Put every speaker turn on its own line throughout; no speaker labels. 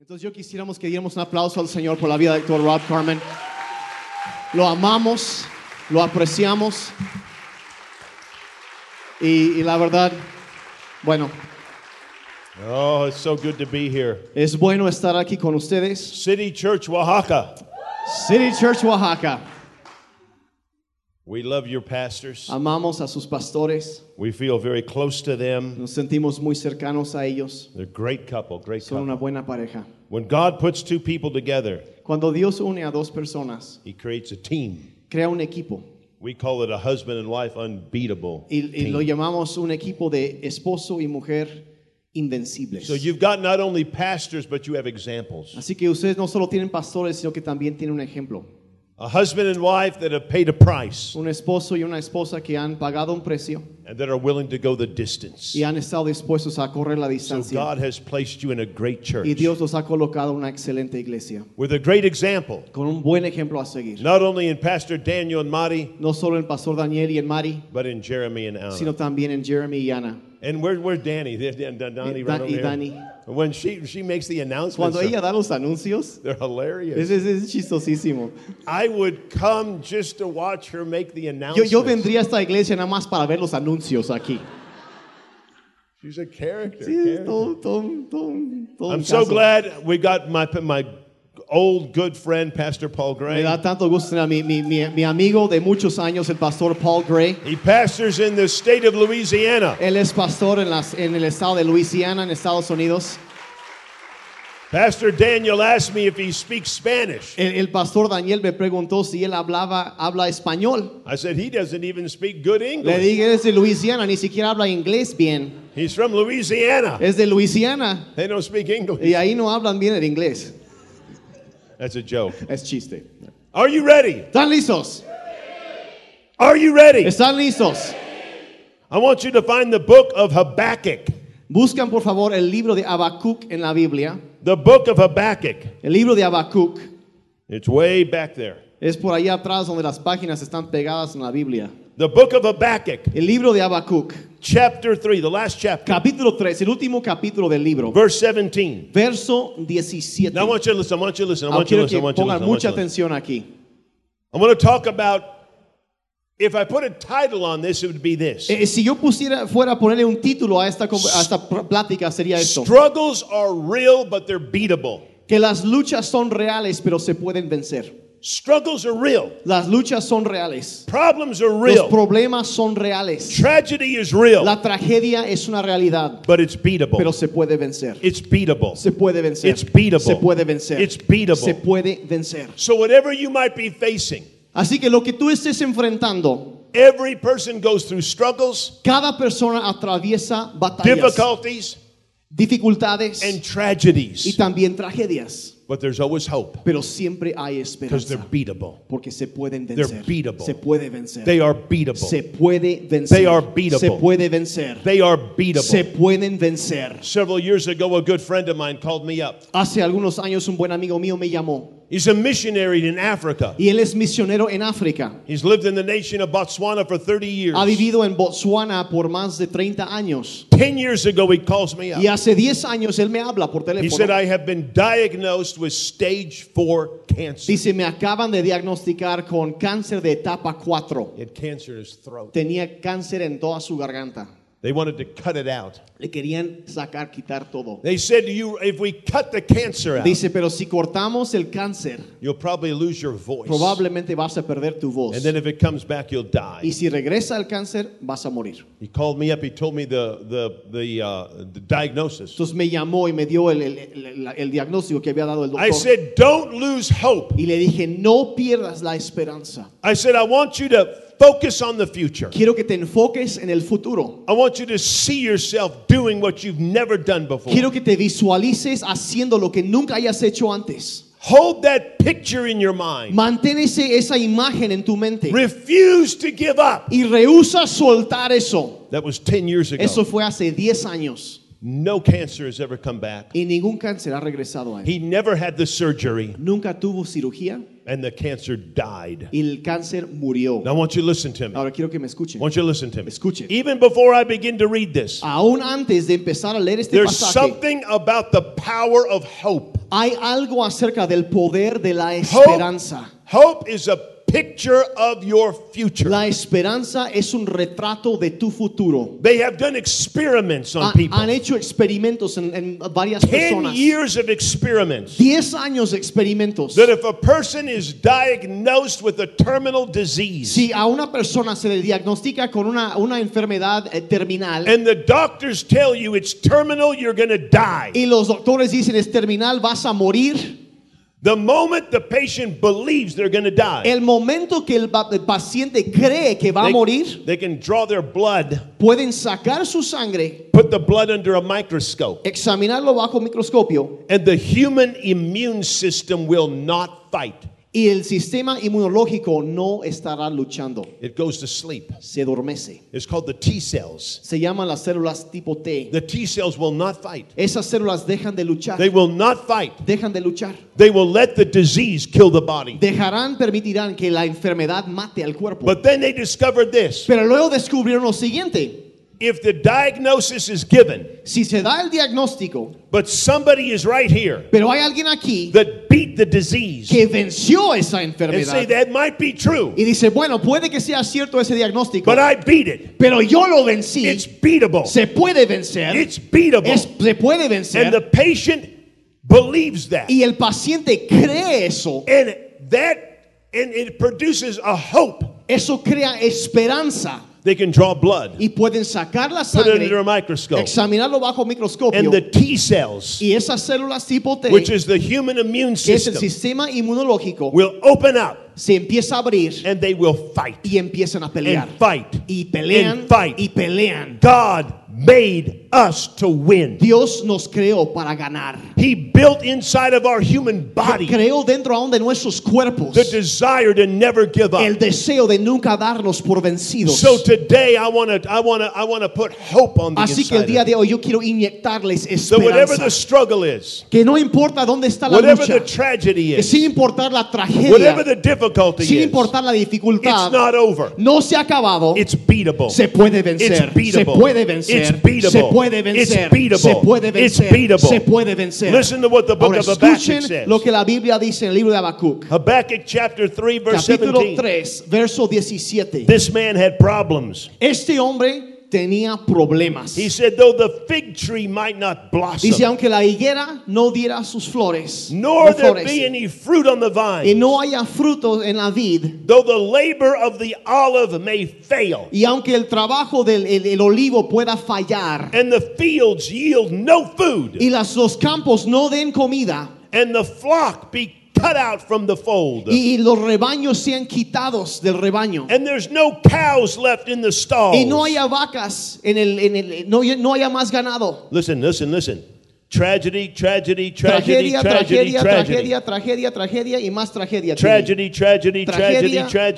Entonces yo quisiéramos que diéramos un aplauso al Señor por la vida del actor Rob Carmen. Lo amamos, lo apreciamos. Y, y la verdad, bueno,
Oh, it's so good to be here.
es bueno estar aquí con ustedes.
City Church, Oaxaca.
City Church Oaxaca.
We love your pastors.
Amamos a sus pastores,
We feel very close to them.
nos sentimos muy cercanos a ellos.
They're a great couple, great
Son
couple.
una buena pareja.
When God puts two people together,
Cuando Dios une a dos personas,
He creates a team.
crea un equipo.
We call it a husband and wife unbeatable.
Y, y lo llamamos un equipo de esposo y mujer invencibles.
So you've got not only pastors, but you have examples.
Así que ustedes no solo tienen pastores, sino que también tienen un ejemplo.
A husband and wife that have paid a price
Un esposo y una esposa que han pagado un precio
and that are willing to go the distance.
y han estado dispuestos a correr la
So
distancia.
God has placed you in a great
Y
church
Dios los ha colocado en una excelente iglesia,
with a great example,
con un buen ejemplo a seguir.
not only in Pastor Daniel and Mari,
No solo en Pastor Daniel y en Mari,
but in Jeremy and Anna.
sino también en Jeremy y Ana.
And where, where's Danny? There's Dan, Dan, Donnie right
Dan-
over here.
Danny.
When she, she makes the announcements,
Cuando ella da los anuncios,
they're hilarious.
es, es- es chistosísimo.
I would come just to watch her make the
Yo,
announcements.
yo vendría a esta iglesia nada más para ver los anuncios aquí.
She's a character.
Sí, es
character.
todo- todo- todo- todo un
I'm so
caso.
glad we got my, my old good friend, Pastor Paul
Me
Gray.
da tanto gusto tener a mi, mi- mi- mi amigo de muchos años, el pastor Paul Gray.
He pastors in the state of Louisiana.
Él es pastor en, las- en el estado de Luisiana, en Estados Unidos.
Pastor Daniel asked me if he speaks Spanish.
El, el pastor Daniel me preguntó si él hablaba, habla español.
I said, he doesn't even speak good
Le
English.
dije, eres de Luisiana, ni siquiera habla inglés bien.
He's from Louisiana.
Es de Luisiana.
They don't speak English.
Y ahí no hablan bien el inglés.
That's a joke.
Es chiste.
Are you ready?
¿Están listos?
Are you ready?
¿Están listos?
I want you to find the book of Habakkuk.
Buscan por favor el libro de Habacuc en la Biblia.
The book of Habakkuk.
El libro de Habacuc
It's way back there.
es por allá atrás donde las páginas están pegadas en la Biblia.
The book of Habakkuk,
El libro de Habacuc,
chapter 3, the last chapter,
capítulo 3, el último capítulo del libro,
verse 17.
verso 17.
Now I want you to listen. I want you to listen. I
Ahora
want you to
quiero
listen.
que
I want you to
pongan mucha
listen. I want you to listen.
atención aquí.
I'm going to talk about, if I put a title on this, it would be this
Eh, si yo pusiera, fuera a ponerle un título a esta, com- a esta pr- plática sería esto.
Struggles are real, but they're beatable.
Que las luchas son reales pero se pueden vencer.
Struggles are real.
Las luchas son reales.
Problems are
Los
real.
problemas son reales.
Tragedy is real,
La tragedia es una realidad
but it's
pero
beatable.
se puede vencer.
It's beatable.
Se puede vencer.
It's beatable.
Se puede vencer.
It's beatable.
Se puede vencer.
So, whatever you might be facing,
Así que lo que tú estés enfrentando,
every person goes through struggles,
cada persona atraviesa batallas,
difficulties,
dificultades
and
y
tragedies.
también tragedias,
But there's always hope
pero siempre hay
because they're
esperanza
beatable.
porque se pueden
They're
vencer.
beatable.
Se puede vencer.
They are
se
beatable.
puede vencer.
They are beatable.
Se puede vencer.
They are
se
beatable.
pueden vencer.
Several years ago, a good friend of mine called me up.
Hace algunos años un buen amigo mío me llamó
He's a missionary in Africa.
y él es misionero en África.
He's lived in the nation of Botswana for 30
Ha
years.
vivido en Botswana por más de 30 años.
10 years ago, he calls me
Y
up.
hace 10 años él me habla por
He
teléfono.
said, I have been diagnosed with stage 4 cancer.
Dice, me acaban de diagnosticar con cáncer de etapa 4.
He had cancer in his throat.
Tenía cáncer en toda su garganta.
They wanted to cut it out.
Le querían sacar, quitar todo.
They said to you, if we cut the cancer out,
Dice, pero si cortamos el cáncer,
you'll probably lose your voice.
probablemente vas a perder tu voz.
And then if it comes back, you'll
Y
die.
si regresa el cáncer, vas a morir.
He called me up. He told me the, the, the, uh, the diagnosis.
Entonces me llamó y me dio el, el- el- el diagnóstico que había dado el
I
doctor.
said, don't lose hope.
y le dije, no pierdas la esperanza.
I said, I want you to focus on the future.
Quiero que te enfoques en el futuro.
I want you to see yourself doing what you've never done before.
Quiero que te visualices haciendo lo que nunca hayas hecho antes.
Hold that picture in your mind.
Mantén ese- esa imagen en tu mente
Refuse to give up.
y rehúsa soltar eso.
That was 10 years
Eso
ago.
fue hace 10 años
No cancer has ever come back.
y ningún cáncer ha regresado a él.
He never had the surgery,
Nunca tuvo cirugía
and the cancer died.
y el cáncer murió.
Now, I want you to listen to me.
Ahora quiero que me
I
escuchen.
want you to listen to me.
Escuche.
Even before I begin to read this,
Aún antes de empezar a leer este
there's
pasaje,
something about the power of hope.
Hay algo acerca del poder de la esperanza.
Hope is a picture of your future.
La esperanza es un retrato de tu futuro.
They have done experiments on
Ha-
people.
han hecho experimentos en, en varias
Ten
personas.
years of experiments.
Diez años de experimentos.
That if a person is diagnosed with a terminal disease
Si a una persona se le diagnostica con una, una enfermedad eh, terminal
and the doctors tell you it's terminal, you're going to die.
y los doctores dicen es terminal, vas a morir,
The moment the patient believes they're going to die,
el momento que el, pa- el paciente cree que va a morir,
they can draw their blood,
pueden sacar su sangre,
put the blood under a microscope,
examinarlo bajo microscopio
and the human immune system will not fight.
y el sistema inmunológico no estará luchando.
It goes to sleep.
Se adormece.
It's called the T cells.
Se llaman las células tipo T.
The T cells will not fight.
Esas células dejan de luchar.
They will not fight.
Dejan de luchar.
They will let the disease kill the body.
Dejarán, permitirán que la enfermedad mate al cuerpo.
But then they discovered this.
Pero luego descubrieron lo siguiente.
If the diagnosis is given,
Si se da el diagnóstico,
but somebody is right here
pero hay alguien aquí
that beat the disease
que venció esa
and say
enfermedad
that might be true,
y dice, bueno, puede que sea cierto ese diagnóstico,
but I beat it.
pero yo lo vencí.
It's beatable.
Se puede vencer.
It's
Es-
beatable.
se puede
And the
vencer.
patient believes that.
Y el paciente cree eso.
And that and it produces a hope.
Eso crea esperanza.
They can draw blood,
Y pueden sacar la
put it under a
sangre,
microscope.
examinarlo bajo microscopio.
And the T cells,
Y esas células tipo T,
which is the human immune
que es el
system,
sistema inmunológico,
will open up
se empieza a abrir
and they will fight
y empiezan a pelear.
and fight.
Y pelean
and fight.
y pelean.
God made us to win.
Dios nos creó para ganar.
He built inside of our human body
Creó dentro aún de nuestros cuerpos
the desire to never give
el
up.
deseo de nunca darnos por vencidos.
So today I want to I want to I want to put hope on the
Así que el
inside.
día
of you.
de hoy yo quiero inyectarles
So whatever the
esperanza.
struggle is,
Que no importa dónde está la
whatever
lucha,
the tragedy
que
is,
sin importar la
whatever
tragedia,
the
sin
difficulty is, Este it's
importar la dificultad,
not over.
no se ha acabado.
It's beatable.
Se puede vencer,
It's
se
beatable.
puede vencer,
It's beatable.
se puede vencer,
It's beatable.
se puede
It's
vencer,
beatable.
se puede vencer.
Listen to what the book
Ahora
of Habakkuk
escuchen
says.
lo que la Biblia dice en el libro de Habacuc,
Habakkuk chapter 3 verse
capítulo
17.
3, verso 17.
This man had problems.
Este hombre tenía problemas.
He said, though the fig tree might not blossom,
Dice, aunque la higuera no diera sus flores,
nor
no
there
florece,
be any fruit on the vine,
y no haya frutos en la vid,
though the labor of the olive may fail,
y aunque el trabajo del el- el olivo pueda fallar,
and the fields yield no food,
y las, los campos no den comida,
and the flock be cut out from the fold,
y, y los rebaños sean quitados del rebaño,
and there's no cows left in the stalls.
y no haya vacas en el, en el no, no haya más ganado.
Listen, listen, listen. Tragedy, tragedy, tragedy,
Tragedia,
tragedy,
tragedia,
tragedy.
tragedia, tragedia, tragedia y más tragedia. tiene.
Tragedy, tragedy, tragedy,
Tragedia,
tragedy,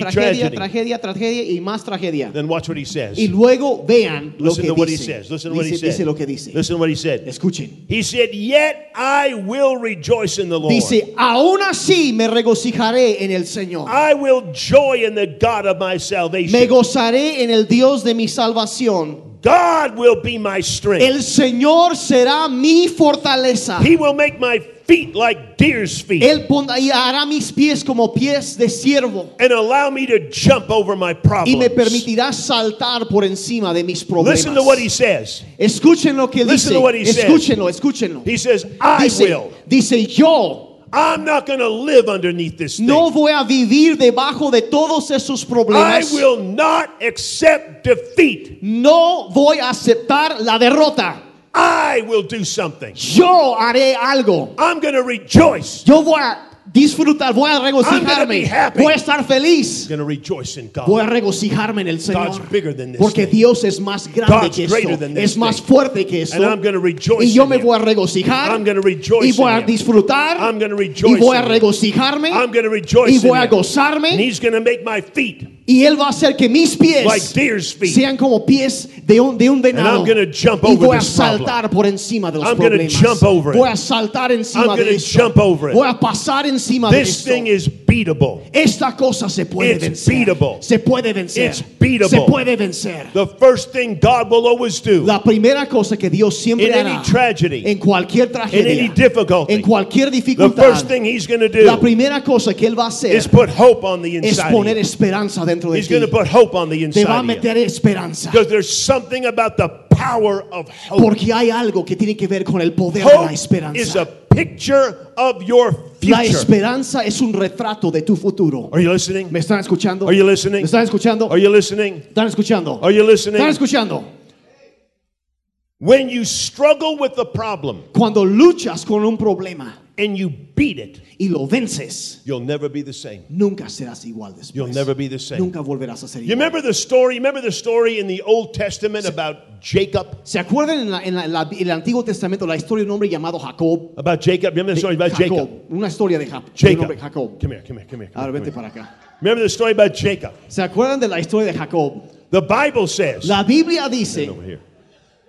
tragedia, tragedia,
tragedy.
tragedia, tragedia y más tragedia.
Then watch what he says.
Y luego vean lo
Listen
que
to what he
dice.
says. Listen to what he
Dice-
says.
Dice lo que dice.
Listen to what he said.
Escuchen.
He said, Yet I will rejoice in the Lord.
Dice, aún así me regocijaré en el Señor.
I will joy in the God of my
Me
salvation.
gozaré en el Dios de mi salvación.
God will be my strength.
El Señor será mi fortaleza.
He will make my feet like deer's feet
Él pondrá y hará mis pies como pies de siervo
and allow me to jump over my
y me
problems.
permitirá saltar por encima de mis problemas.
Listen to what he says.
Escuchen lo que dice.
Listen to what he says.
Escúchenlo, escúchenlo.
He says, I
Dice,
will.
dice yo
I'm not going to live underneath this
no
thing.
voy a vivir debajo de todos esos
I
problemas.
will not accept defeat.
No voy a aceptar la derrota.
I will do something.
Yo haré algo.
I'm going to rejoice.
Yo voy a disfrutar, voy a
be
regocijarme,
happy.
voy a estar
I'm
feliz.
going to rejoice in God.
Voy a regocijarme en el Señor.
God's bigger than this
Porque
thing.
Dios es más grande
God's
que esto.
greater than this
Es más
thing.
fuerte que esto.
And I'm going to rejoice.
Y yo
in
me
him.
voy a regocijar.
I'm gonna rejoice
Y voy
in
a
him.
disfrutar.
I'm gonna rejoice
Y voy a
in him.
regocijarme.
I'm going to rejoice.
Y voy
in
a
him. And
gozarme.
he's going to make my feet
Y Y Él va a hacer que mis pies
like deer's feet.
sean como pies de un, de un venado.
I'm gonna jump
y
over
voy a
this problem.
saltar por encima de los
I'm gonna
problemas.
jump over it.
voy a saltar encima
I'm
de
gonna
esto.
jump over it.
Voy a pasar encima de
This
esto.
thing is beatable.
Esta cosa se puede
It's
vencer.
beatable.
Se puede vencer.
It's beatable.
Se puede vencer.
The first thing God will always do
La primera cosa que Dios siempre
in
hará
any tragedy,
en cualquier
in
tragedia,
any difficulty,
en cualquier
the
dificultad,
first thing He's going to
la
do
primera cosa que Él va a hacer
is put hope on the
es
inside. of
poner
you.
esperanza dentro de
He's going to
ti.
put hope on the
Te va a
inside. of you.
meter esperanza.
Because there's something about the power of hope.
Porque hay algo que tiene que ver con el poder de la
Hope is a
esperanza.
picture of your
La
future.
esperanza es un retrato de tu futuro.
Are you listening?
¿Me están escuchando?
Are you listening?
¿Me están escuchando?
Are you listening?
¿Están escuchando?
Are you
¿Están
listening?
escuchando?
When you struggle with the problem
Cuando luchas con un problema
and you beat it,
y lo vences,
you'll never be the same.
nunca serás igual
You'll
después.
never be the same.
Nunca volverás a ser
You
igual.
remember the story? Remember the story in the Old Testament about Jacob?
¿Se acuerdan en, la- en la- en la- el Antiguo Testamento la historia de un hombre llamado Jacob?
About Jacob? Remember the story about Jacob?
Jacob, Una historia de, Jacob. de un
Jacob.
hombre, Jacob.
Come here, come here, come here.
Ahora
Come
vente para
here.
acá.
Remember the story about Jacob?
¿Se acuerdan de la historia de Jacob?
The Bible says
La Biblia dice
over here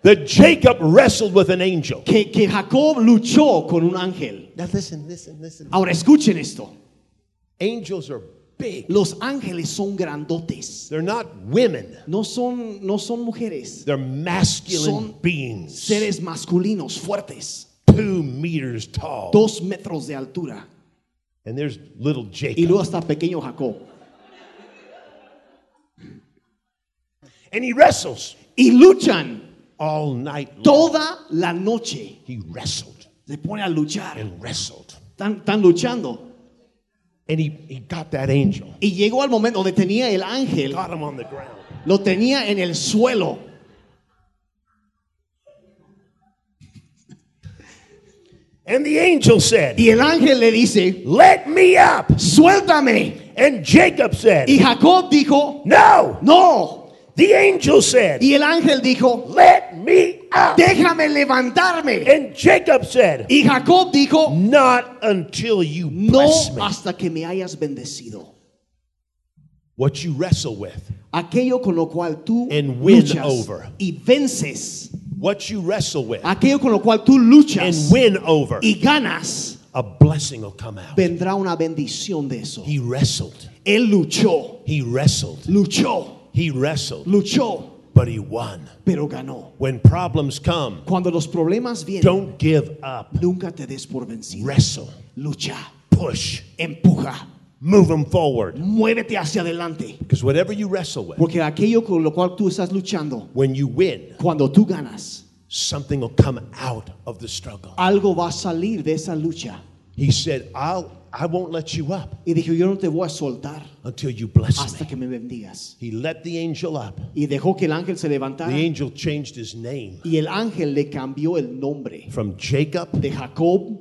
that Jacob wrestled with an angel.
que, que Jacob luchó con un ángel.
Now listen, listen, listen.
Ahora escuchen esto.
Angels are big.
Los ángeles son grandotes.
They're not women.
No son, no son mujeres.
They're masculine
Son
beings.
Seres masculinos fuertes.
Two meters tall.
Dos metros de altura.
And there's little
Y
Jacob.
luego hasta pequeño Jacob.
And he wrestles
Y luchan
all night long.
toda la noche.
He wrestled
Se pone a luchar.
and wrestled.
Están, están luchando.
And he, he got that angel.
Y llegó al momento donde tenía el ángel.
Got him on the ground.
Lo tenía en el suelo.
And the angel said,
Y el ángel le dice,
Let me up.
suéltame.
And Jacob said,
Y Jacob dijo,
No.
no.
The angel said,
Y el ángel dijo,
Let me up.
déjame levantarme.
And Jacob said,
Y Jacob dijo,
Not until you
no
bless me.
hasta que me hayas bendecido.
What you wrestle with,
Aquello con lo cual tú
And win
luchas
over.
y vences.
what you wrestle with,
Aquello con lo cual tú
and
luchas
win over,
y ganas,
a blessing will come out.
vendrá una bendición de eso.
He wrestled.
Él luchó,
He wrestled.
luchó,
He wrestled.
luchó,
But he won.
pero ganó.
When problems come,
Cuando los problemas vienen,
don't give up.
nunca te des por vencido.
Wrestle.
Lucha,
Push.
empuja,
Move them forward.
muévete hacia adelante.
Because whatever you wrestle with,
Porque aquello con lo cual tú estás luchando,
when you win,
cuando tú ganas,
something will come out of the struggle.
algo va a salir de esa lucha.
He said, I'll I won't let you up
Y dijo, yo no te voy a soltar
until you bless
hasta
me.
que me bendigas.
He let the angel up.
Y dejó que el ángel se
The
levantara.
angel changed his name
Y el ángel le cambió el nombre
from Jacob
de Jacob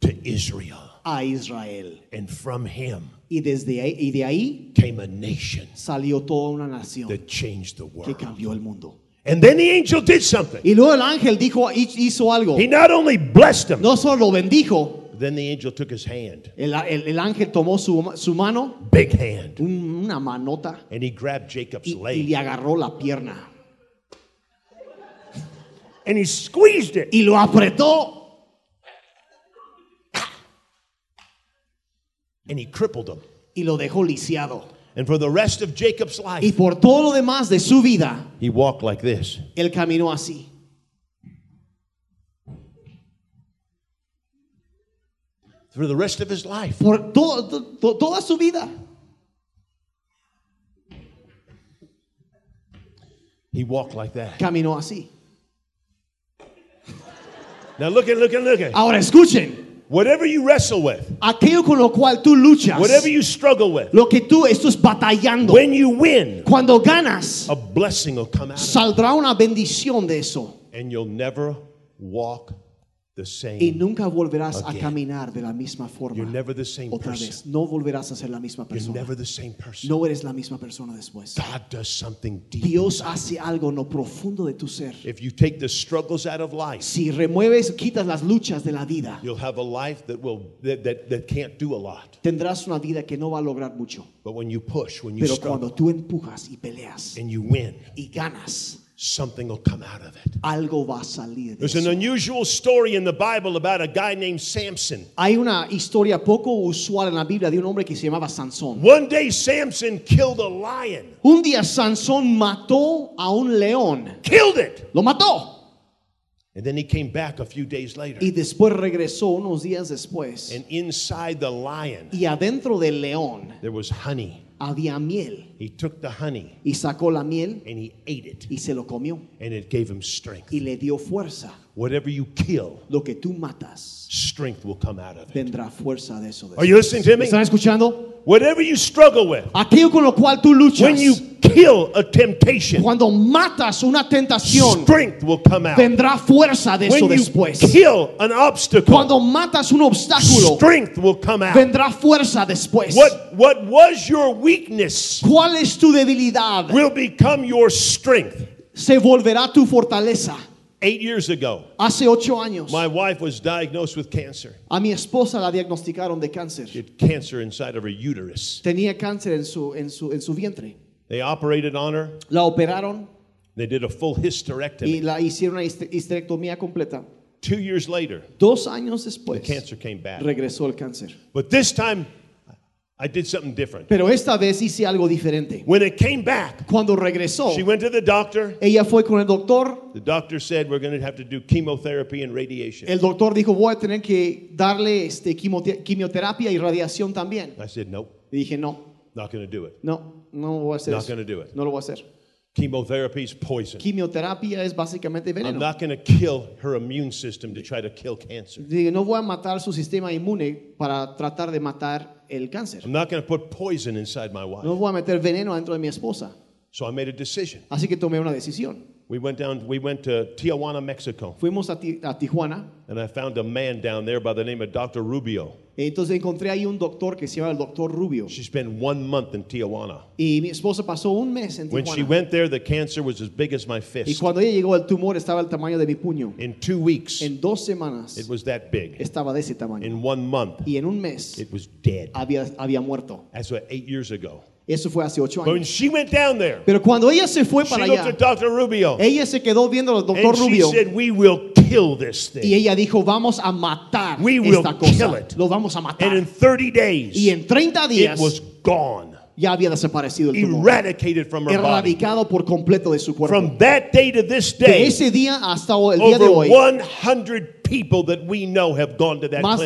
to Israel.
a Israel.
And from him
Y, desde ahí, y de ahí
came a nation
salió toda una nación
that changed the
que
world.
cambió el mundo.
And then the angel did something.
Y luego el ángel dijo, hizo algo.
He not only blessed him,
No solo lo bendijo,
then the angel took his hand,
el, el- el ángel tomó su, su mano,
big hand,
un- una manota,
and he grabbed Jacob's
y, y
leg
le agarró la pierna.
and he squeezed it.
Y lo apretó
And he crippled him.
y lo dejó lisiado.
And for the rest of Jacob's
Y
life,
por todo lo demás de su vida,
he walked like this.
él caminó así.
For the rest of his life,
Por todo- to- to- toda su vida.
he walked like that.
Caminó así.
Now look at, look at, look at.
Ahora escuchen,
Whatever you wrestle with,
aquello con lo cual tú luchas,
whatever you struggle with,
lo que tú estás batallando,
when you win,
cuando ganas,
a blessing will come out of it.
saldrá una bendición de eso.
and you'll never walk the
y
same.
nunca volverás a
Again.
caminar de la misma forma.
You're never the same
Otra
person.
vez, no volverás a ser la misma
You're
persona.
never the same person.
No eres la misma persona después.
God does something deep.
Dios hace algo en lo profundo de tu ser.
If you take the struggles out of life,
Si remueves, quitas las luchas de la vida,
you'll have a life that will that, that, that can't do a lot.
tendrás una vida que no va a lograr mucho.
But when you push, when you
Pero
struggle
cuando tú empujas y peleas
and you win,
y ganas,
something will come out of it.
algo va a salir de
There's an
eso.
unusual story in the Bible about a guy named Samson.
Hay una historia poco usual en la Biblia de un hombre que se llamaba Sansón.
One day Samson killed a lion.
Un día Sansón mató a un león.
Killed it.
Lo mató.
And then he came back a few days later.
Y después regresó unos días después.
And inside the lion,
Y adentro del león
there was honey.
había miel.
He took the honey
Y sacó la miel
and he ate it,
y se lo comió.
and it gave him strength.
Y le dio fuerza.
Whatever you kill,
Lo que tú matas
strength will come out of it.
tendrá fuerza de eso.
Are you listening to me?
¿Están escuchando?
Whatever you struggle with,
Aquello con lo cual tú luchas.
when you kill a temptation,
Cuando matas una tentación,
strength will come out.
tendrá fuerza de eso
When you
después.
kill an obstacle,
Cuando matas un obstáculo,
strength will come out.
vendrá fuerza después.
What, what was your weakness
¿Cuál es tu debilidad?
will become your strength.
Se volverá tu fortaleza.
Eight years ago,
Hace ocho años,
my wife was diagnosed with cancer.
a mi esposa la diagnosticaron de cáncer.
She had cancer inside of her uterus.
Tenía cáncer en su, en su, en su vientre.
They operated on her.
La operaron
They did a full hysterectomy.
y la hicieron una histe- histerectomía completa.
Two years later,
Dos años
the
después,
cancer came back.
regresó el cáncer.
But this time, I did something different.
Pero esta vez hice algo diferente.
When it came back,
Cuando regresó,
she went to the doctor.
ella fue con el doctor
The doctor said, We're going to have to do chemotherapy and radiation.
El doctor dijo, voy a tener que darle este, quimote- quimioterapia y radiación también.
I said, Nope,
Y dije, no,
not going to do it.
no, no voy a hacer
Not
eso.
gonna do it.
No lo voy a hacer.
Chemotherapy is poison.
Quimioterapia es básicamente
I'm
veneno.
not going to kill her immune system to try to kill cancer.
Dije, no voy a matar su sistema inmune para tratar de matar el cáncer.
I'm not going to put poison inside my wife.
No voy a meter veneno dentro de mi esposa.
So I made a decision.
Así que tomé una decisión.
We went down, we went to Tijuana, Mexico,
Fuimos a, Ti- a Tijuana.
and I found a man down there by the name of Dr. Rubio.
Entonces encontré ahí un doctor que se llama el doctor Rubio.
She spent one month in Tijuana.
Y mi esposa pasó un mes en
When she
Tijuana.
went there, the cancer was as big as my
Y
fist.
cuando ella llegó, el tumor estaba al tamaño de mi puño.
In two weeks,
En dos semanas
it was that big.
estaba de ese tamaño.
In one month,
y en un mes
it was dead.
había, había muerto.
That's what eight years ago.
Eso fue hace ocho
But
años.
when she went down there,
Pero cuando ella se fue
she
para
looked
allá,
at Dr. Rubio
ella se quedó viendo al doctor
and she
Rubio
said, We will kill this
y
thing.
ella dijo, vamos a matar
We will
esta cosa.
kill it.
Lo vamos a
And
matar.
in 30 days,
Y en 30
it
días
was gone,
ya había desaparecido el tumor,
eradicated from her body.
erradicado por completo de su cuerpo.
From that day to this
De
day,
ese día hasta el día de
over
hoy,
100 people that we know have gone to that
más de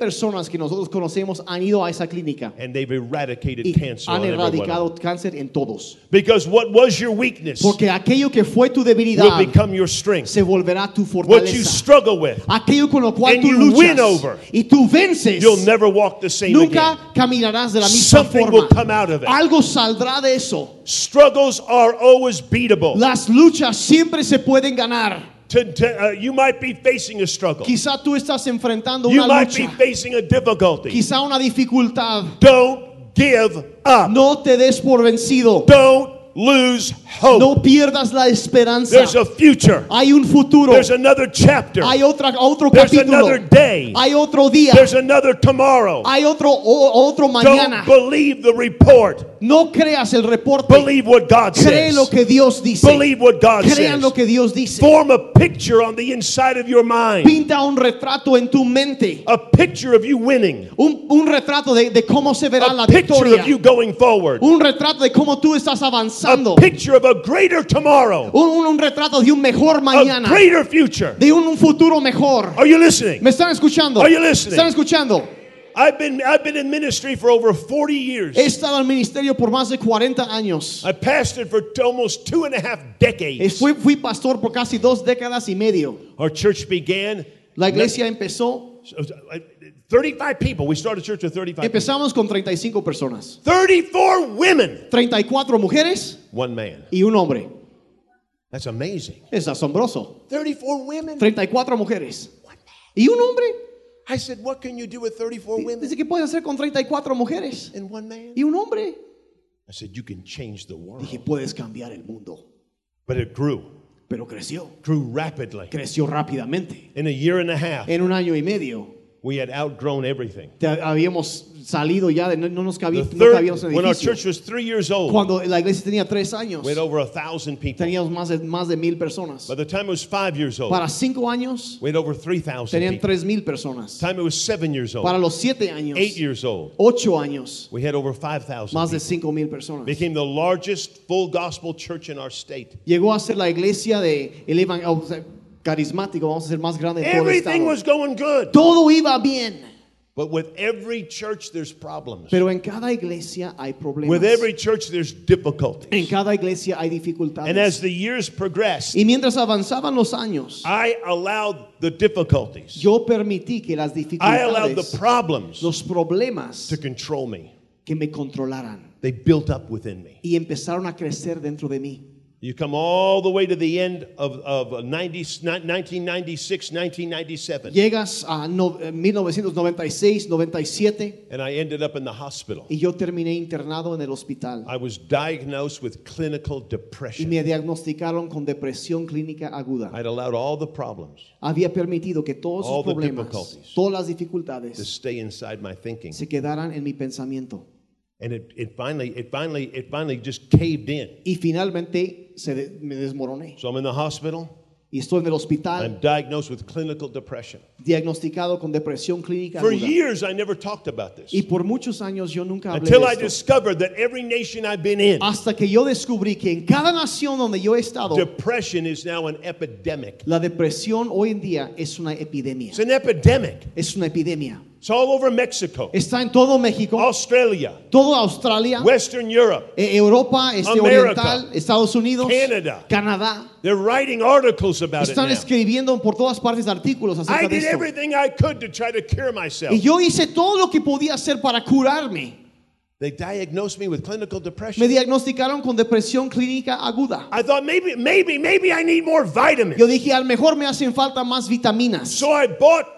100 personas que nosotros conocemos han ido a esa clínica
and they've eradicated
y
cancer
han
on everyone.
erradicado cáncer en todos.
Because what was your weakness
Porque aquello que fue tu debilidad
will become your strength.
se volverá tu
What you
fortaleza.
struggle with,
aquello con lo cual
And
tú
you
luchas
win over.
y tú vences,
you'll never walk the same again.
nunca caminarás de la misma
Something
forma.
will come out of it.
Algo saldrá de eso.
Struggles are always beatable.
Las luchas siempre se pueden ganar.
To- to- uh, you might be facing a struggle.
Quizá tú estás enfrentando
You
una
might be
lucha,
facing a difficulty.
quizá una dificultad.
Don't give up.
No te des por vencido.
Don't lose hope.
No pierdas la esperanza.
There's a future.
Hay un futuro.
There's another chapter.
Hay otra, otro
There's
capítulo.
another day.
Hay otro día.
There's another tomorrow.
Hay otro, o- otro mañana.
Don't believe the report.
No creas el reporte.
Believe what God
Cree lo
says.
que Dios dice.
Believe what God
Crean lo
says.
que Dios dice.
Form a picture on the inside of your mind.
Pinta un retrato en tu mente.
A picture of you winning.
Un, un retrato de, de cómo se verá la
A picture
victoria.
of you going forward.
Un retrato de cómo tú estás
A
avanzando.
picture of a greater tomorrow.
Un, un- un retrato de un mejor
A
mañana.
greater future.
De un, un futuro mejor.
Are you listening?
¿Me están escuchando?
Are you listening?
¿Están escuchando?
I've been I've been in ministry for over 40 years.
He estado en ministerio por más de 40 años.
I pastored for t- almost two and a half decades.
Fui, fui pastor por casi dos décadas y medio.
Our church began
La iglesia empezó.
so- so- uh, 35 people. We started church with 35. people.
Empezamos con 35 personas.
34 women.
34 mujeres
One man.
y un hombre.
That's amazing.
Es asombroso.
34 women.
34 mujeres Y un hombre
I said, What can you do with 34 women
dice, ¿qué puedes hacer con 34 mujeres?
and one man?
Y un hombre
I said, You can change the world.
dije, puedes cambiar el mundo.
But it grew,
Pero creció,
grew rapidly.
creció rápidamente.
In a year and a half,
En un año y medio
we had outgrown everything.
te- habíamos salido ya, de, no, no nos
The
cabía, no
third,
cabíamos en el
when our
edificio.
church was three years old,
Cuando la iglesia tenía tres años,
we had over a thousand people.
teníamos más de, más de mil personas.
By the time it was five years old,
Para cinco años,
we had over 3,000
tenían
people.
tres mil personas.
By the time it was seven years
Para
old,
los siete años,
eight years old,
ocho años,
we had over 5,000.
más
people.
de cinco mil personas.
Became the largest full gospel church in our state.
Llegó a ser la iglesia de el evan- o sea, carismático, vamos a ser más grande de todo el
Everything
estado.
was going good.
Todo iba bien,
But with every church, there's problems.
pero en cada iglesia hay problemas.
With every church, there's
En
difficulties.
cada iglesia hay
And
dificultades.
as the years progressed,
Y mientras avanzaban los años,
I allowed the difficulties,
yo permití que las
I allowed the
dificultades,
problems
los problemas
to control me.
que me controlaran
They built up within me.
y empezaron a crecer dentro de mí.
You come all the way to the end of, of 90, 1996, 1997,
Llegas a no- eh, 1996, 97
and I ended up in the hospital.
y yo terminé internado en el hospital.
I was diagnosed with clinical
y
depression.
me diagnosticaron con depresión clínica aguda.
I'd allowed all the problems
Había permitido que todos
All
los
the
problemas,
difficulties.
todas las
to
dificultades
stay inside my thinking.
se quedaran en mi pensamiento
And it, it finally, it finally, it finally just caved in.
y finalmente se de- me desmoroné
So I'm in the hospital.
y estoy en el hospital
I'm diagnosed with clinical depression.
diagnosticado con depresión clínica
For
aguda.
years, I never talked about this
Y por muchos años yo nunca hablé
until
de
I
esto.
discovered that every nation I've been in,
hasta que yo descubrí que en cada nación donde yo he estado
depression is now an epidemic.
la depresión hoy en día es una epidemia.
It's an epidemic.
Es una epidemia.
It's all over Mexico,
Está en todo México,
Australia,
toda Australia,
Western Europe.
Eh, Europa, este
America,
oriental, Estados Unidos,
Canada.
Canadá.
They're writing articles about it
Están
now.
escribiendo por todas partes artículos
I
acerca de
did
esto.
everything I could to try to cure myself.
Y yo hice todo lo que podía hacer para curarme.
They diagnosed me with clinical
Me
depression.
diagnosticaron con depresión clínica aguda.
I thought maybe, maybe, maybe I need more vitamins.
Yo dije, a lo mejor me hacen falta más vitaminas.
So I bought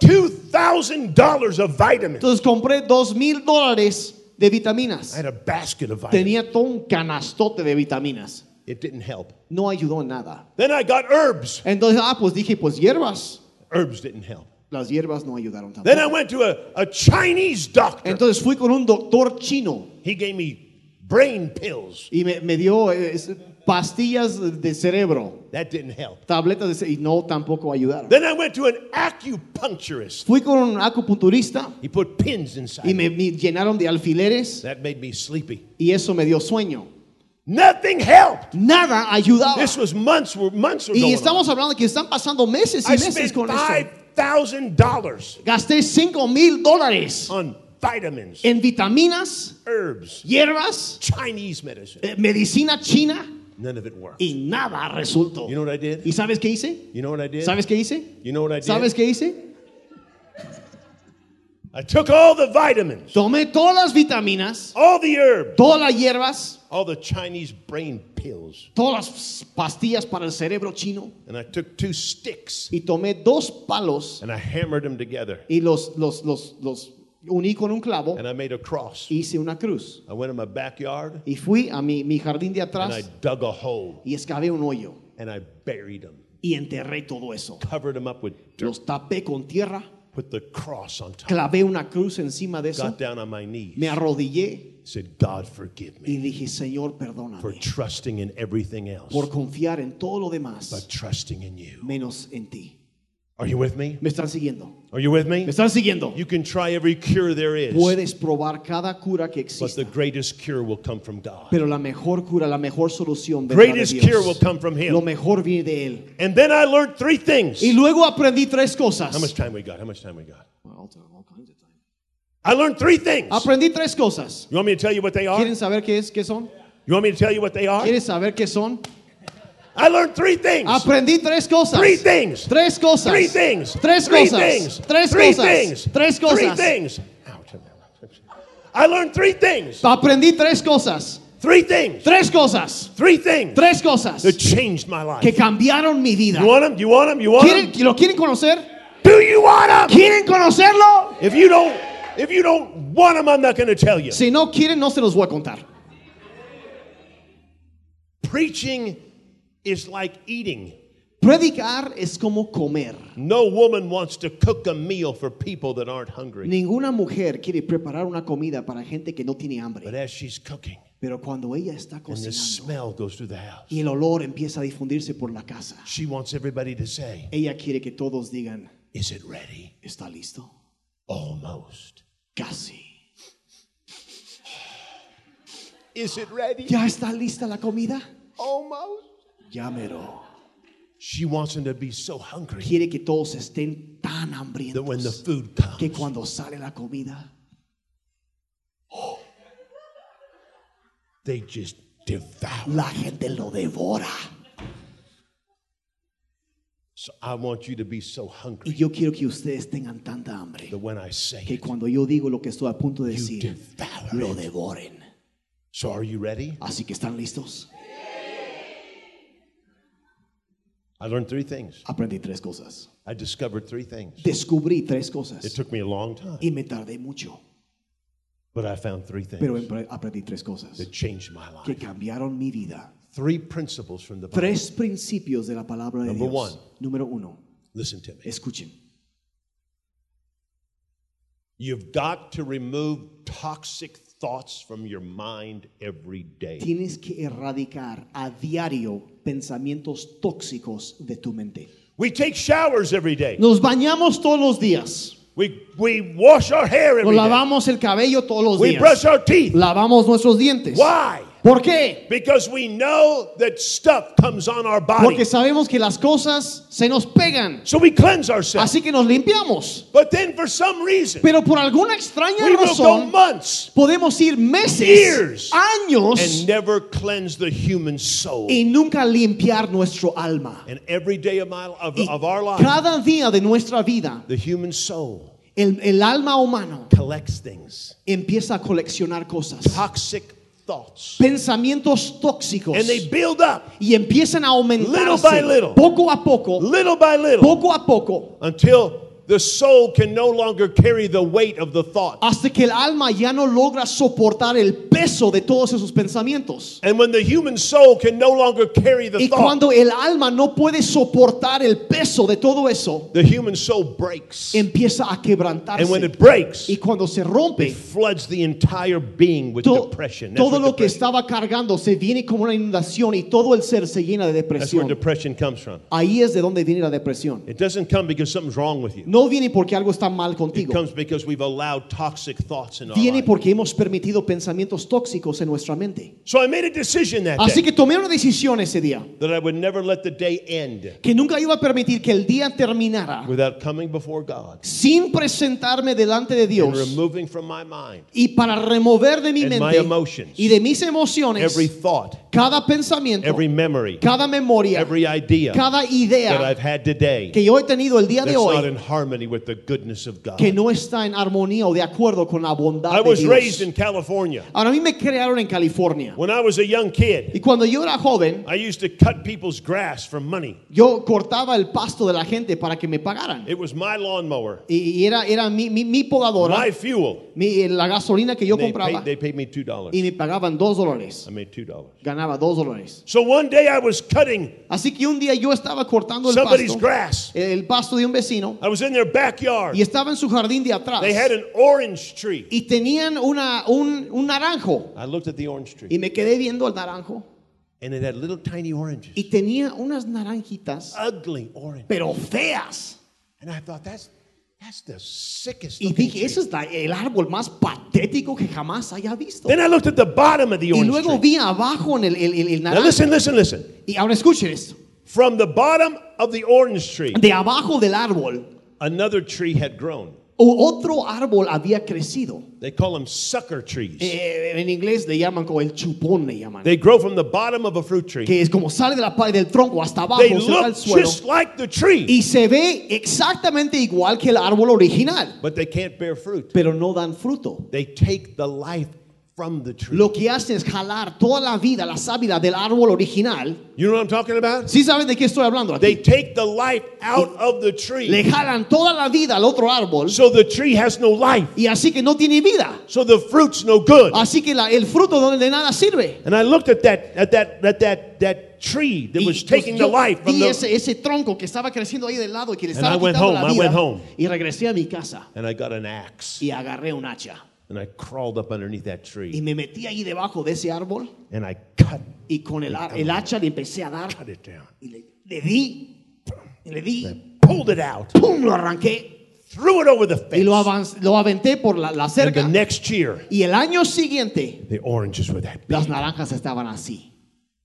$2,000 of vitamins.
Entonces compré dos mil dólares de
I
vitaminas.
had a basket of vitamins.
Tenía todo un canastote de vitaminas.
It didn't help.
No ayudó en nada.
Then I got herbs.
Entonces, ah, pues dije, pues hierbas.
Herbs didn't help.
Las hierbas no ayudaron tampoco.
Then I went to a, a Chinese doctor.
Entonces fui con un doctor chino.
He gave me brain pills.
Y me, me dio eh, es- pastillas de cerebro,
That didn't help.
tabletas de ce- y no tampoco ayudaron.
Then I went to an acupuncturist.
Fui con un acupunturista
He put pins inside
y
me.
me, me llenaron de alfileres
That made me sleepy.
y eso me dio sueño.
Nothing helped.
Nada ayudaba.
This was months were months were
Y
going on.
estamos hablando de que están pasando meses y
I
meses
spent
con esto.
five thousand dollars
Gasté 5 mil dólares
on vitamins,
en vitaminas,
herbs,
hierbas,
Chinese medicine.
eh, medicina china
None of it worked.
y nada resultó.
You know what I did?
¿Y sabes qué hice?
You know what I did?
¿Sabes qué hice?
You know what I
¿Sabes
did?
qué hice?
I took all the vitamins,
Tomé todas las vitaminas,
all the herbs.
todas las hierbas.
all the Chinese brain pills.
todas las pastillas para el cerebro chino
And I took two sticks
y tomé dos palos
and I hammered them together
y los, los, los, los uní con un clavo
and I made a cross.
hice una cruz.
I went in my backyard
Y fui a mi, mi jardín de
and I
atrás
dug a hole
y excavé un hoyo
and I buried them,
y enterré todo eso.
covered them up with dirt,
Los tapé con tierra,
put the cross on top,
clavé una cruz encima de eso,
got down on my knees,
me arrodillé
said, God, forgive
y
me
dije, Señor,
for
perdóname
trusting in everything else,
por confiar en todo lo
but
demás
trusting in you.
menos en ti.
Are you with me?
¿Me están siguiendo?
Are you with
¿Me
me?
están siguiendo?
You can try every cure there is,
Puedes probar cada cura que existe.
but the greatest cure will come from God.
Pero la mejor cura, la mejor solución vendrá de
Greatest
Dios.
cure will come from
Lo
Him.
mejor viene de él.
And then I learned three things.
Y luego aprendí tres cosas.
How much time we got? How much time we got?
All time, all kinds of time.
I learned three things.
Aprendí tres cosas.
You want me to tell you what they are?
¿Quieren saber qué es qué son?
You want me to tell you what they are?
¿Quieren saber qué son?
I learned three things.
Aprendí tres cosas.
Three things.
Tres cosas.
Three things.
Tres
Three
cosas.
things.
Tres
Three
cosas.
things.
Tres
Three
cosas.
things. Ouch. I learned three things.
Aprendí tres cosas.
Three things.
Tres cosas.
Three things
Tres cosas
that changed my life.
que cambiaron mi vida.
You want them? You want them? You want
¿Quieren-
them?
¿Lo quieren conocer?
Do you want him?
¿Quieren conocerlo?
If you don't, if you don't want him, I'm not going to tell you.
Si no quieren, no se los voy a contar.
Preaching is like eating.
Predicar es como comer.
No woman wants to cook a meal for people that aren't hungry.
Ninguna mujer quiere preparar una comida para gente que no tiene
But
hambre.
as she's cooking,
Pero cuando ella está
and
cocinando
the smell goes through the house,
y el olor empieza a difundirse por la casa,
she wants everybody to say,
ella quiere que todos digan,
Is it ready?
¿está listo?
Almost.
Casi.
Is it ready?
¿Ya está lista la comida?
Almost.
Llámelo.
She wants them to be so hungry
Quiere que todos estén tan
that when the
hambrientos
food
que
comes,
cuando sale la comida,
they just devour.
la gente lo devora.
So I want you to be so
Y
hungry
yo quiero que ustedes tengan tanta hambre
that when I say
que
it,
cuando yo digo lo que estoy a punto de
you
decir,
devour
lo
it.
devoren.
So are you ready?
Así que están listos.
I learned three things.
Aprendí tres cosas.
I discovered three things.
Descubrí tres
It
cosas
took me a long time,
y me tardé mucho,
but I found three
pero
things
empre- aprendí tres cosas
that changed my life.
que cambiaron mi vida.
Three principles from the Bible.
Tres principios de la palabra de
Number
Dios.
one.
Número uno,
Listen to me.
escuchen.
You've got to remove toxic thoughts from your mind every day.
Tienes que erradicar a diario pensamientos tóxicos de tu mente.
We take showers every day.
Nos bañamos todos los días.
We, we wash our hair
Nos
every day.
lavamos el cabello todos los
We
días.
brush our teeth.
Lavamos nuestros dientes.
Why?
¿Por qué?
Because we know that stuff comes on our
Porque
body.
sabemos que las cosas se nos pegan.
So we cleanse ourselves.
Así que nos limpiamos.
But then for some reason,
Pero por alguna extraña
we will go
razón,
months
podemos ir meses,
Years.
años
and never cleanse the human soul.
y nunca limpiar nuestro alma.
And every day of, my, of,
Y
of our life,
cada día de nuestra vida,
the human soul
el, el alma humano
collects things,
empieza a coleccionar cosas,
toxic thoughts,
pensamientos tóxicos
and they build up
y empiezan a aumentarse
Little by little.
poco a poco,
little by little
poco a poco,
until the soul can no longer carry the weight of the thought.
hasta que el alma ya no logra soportar el peso de todos esos pensamientos.
And when the human soul can no longer carry the
Y
thought,
cuando el alma no puede soportar el peso de todo eso,
the human soul breaks.
empieza a quebrantarse.
And when it breaks,
y
it
cuando se rompe,
floods the entire being with
to-
depression. That's
todo
where
lo que
depression,
estaba cargando se viene como una inundación y todo el ser se llena de
that's where
depresión.
depression comes from.
Ahí es de donde viene la depresión.
It doesn't come because something's wrong with you.
No viene porque algo está mal
It
contigo.
comes because we've allowed toxic thoughts in our
Viene
life.
porque hemos permitido pensamientos tóxicos en nuestra mente.
So I made a decision that
Así
day
que tomé una decisión ese día,
that I would never let the day end
que nunca iba a permitir que el día terminara
without coming before God
sin presentarme delante de
and
Dios
removing from my mind
y para remover de mi
and my
mente
emotions.
y de mis emociones
every thought,
cada pensamiento,
every memory,
cada memoria,
every idea
cada
that
idea
I've had today
que yo he tenido el día
that's
de
not
hoy
in harmony with the goodness of God.
que no está en armonía o de acuerdo con la bondad
I
de
was raised
Dios.
in California.
Ahora a mí me crearon en California
When I was a young kid,
y cuando yo era joven
I used to cut people's grass for money.
yo cortaba el pasto de la gente para que me pagaran
It was my lawnmower,
y, y era era mi, mi, mi podadora,
my fuel.
mi- la gasolina que yo
They
compraba
paid, they paid me $2.
y me pagaban dos dólares,
I made $2.
ganaba dos dólares.
So one day I was cutting
Así que un día yo estaba cortando el
somebody's
pasto, eh,
grass.
el, el pasto de un vecino
I was in their backyard.
y estaba en su jardín de atrás
They had an orange tree.
y tenían una, un, un naranjo.
I looked at the orange tree,
Y me quedé viendo al naranjo
and it had little tiny oranges,
y tenía unas naranjitas,
ugly orange.
pero feas.
And I thought, that's that's the sickest.
Y
looking
dije, ese
tree."
es la- el árbol más patético que jamás haya visto.
Then I looked at the bottom of the
Y
orange
luego
tree.
vi abajo en el, el- el- el
Now
naranjo.
listen, listen, listen.
Y ahora escuchen esto.
From the bottom of the orange tree,
De abajo del árbol,
another tree had grown.
o- otro árbol había crecido.
They call them sucker trees.
Eh, en inglés le llaman como el chupón, le llaman.
They grow from the bottom of a fruit tree.
Que es como sale de la parte del tronco hasta abajo,
They
se va al
look
suelo.
just like the tree,
Y se ve exactamente igual que el árbol original,
but they can't bear fruit.
pero no dan fruto.
They take the life from the tree.
Lo que hacen es jalar toda la vida, la sábila del árbol original.
You know what I'm talking about?
¿Sí saben de qué estoy hablando? aquí?
They take the life out of the tree.
Le jalan toda la vida al otro árbol
So the tree has no life.
y así que no tiene vida.
So the fruit's no good.
Así que la- el fruto no- de nada sirve.
And I looked at that at that at that that tree that
Y
was taking
entonces
the
yo
life from
vi
the
ese, ese tronco que estaba creciendo ahí del lado y que le
And
estaba
I went
quitando la
home, I
vida.
went home.
Y regresé a mi casa
and I got an axe
y agarré un hacha
and I crawled up underneath that
y
tree
me metí ahí debajo de ese árbol
and I cut
y con el, ar- el hacha le empecé a dar
cut it down.
y le, le di, y le
I
di,
pulled it out,
¡pum! Lo arranqué
threw it over the
y
fence.
lo, avanc- lo aventé por la, la
And the
cerca.
next year,
Y el año siguiente
the oranges were that big.
las naranjas estaban así.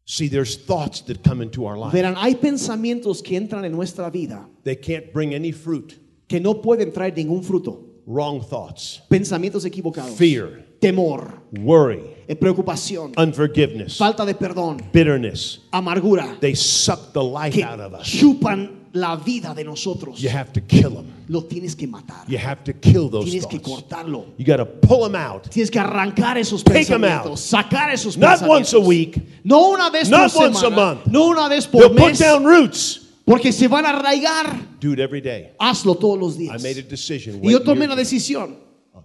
See, there's thoughts that come into our life.
Verán, hay pensamientos que entran en nuestra vida
They can't bring any fruit.
que no pueden traer ningún fruto.
Wrong thoughts,
Pensamientos equivocados.
fear,
Temor,
worry,
eh, preocupación,
unforgiveness,
falta de perdón,
bitterness.
amargura,
They suck the life
que
out of us.
chupan la vida de nosotros.
You have to kill them.
Lo tienes que matar.
You have to kill those
Tienes que
thoughts.
cortarlo.
You got to pull them out.
Tienes que arrancar esos
Take 'em out.
pensamientos, sacar esos
Not
pensamientos.
once a week.
no una vez
Not
por
once a
semana,
month.
no una vez por
They'll put
mes,
down roots.
porque se van a arraigar.
Do it every day.
Hazlo todos los
I
días.
made a decision.
Y yo
Wait
tomé
years
una
ago.
decisión.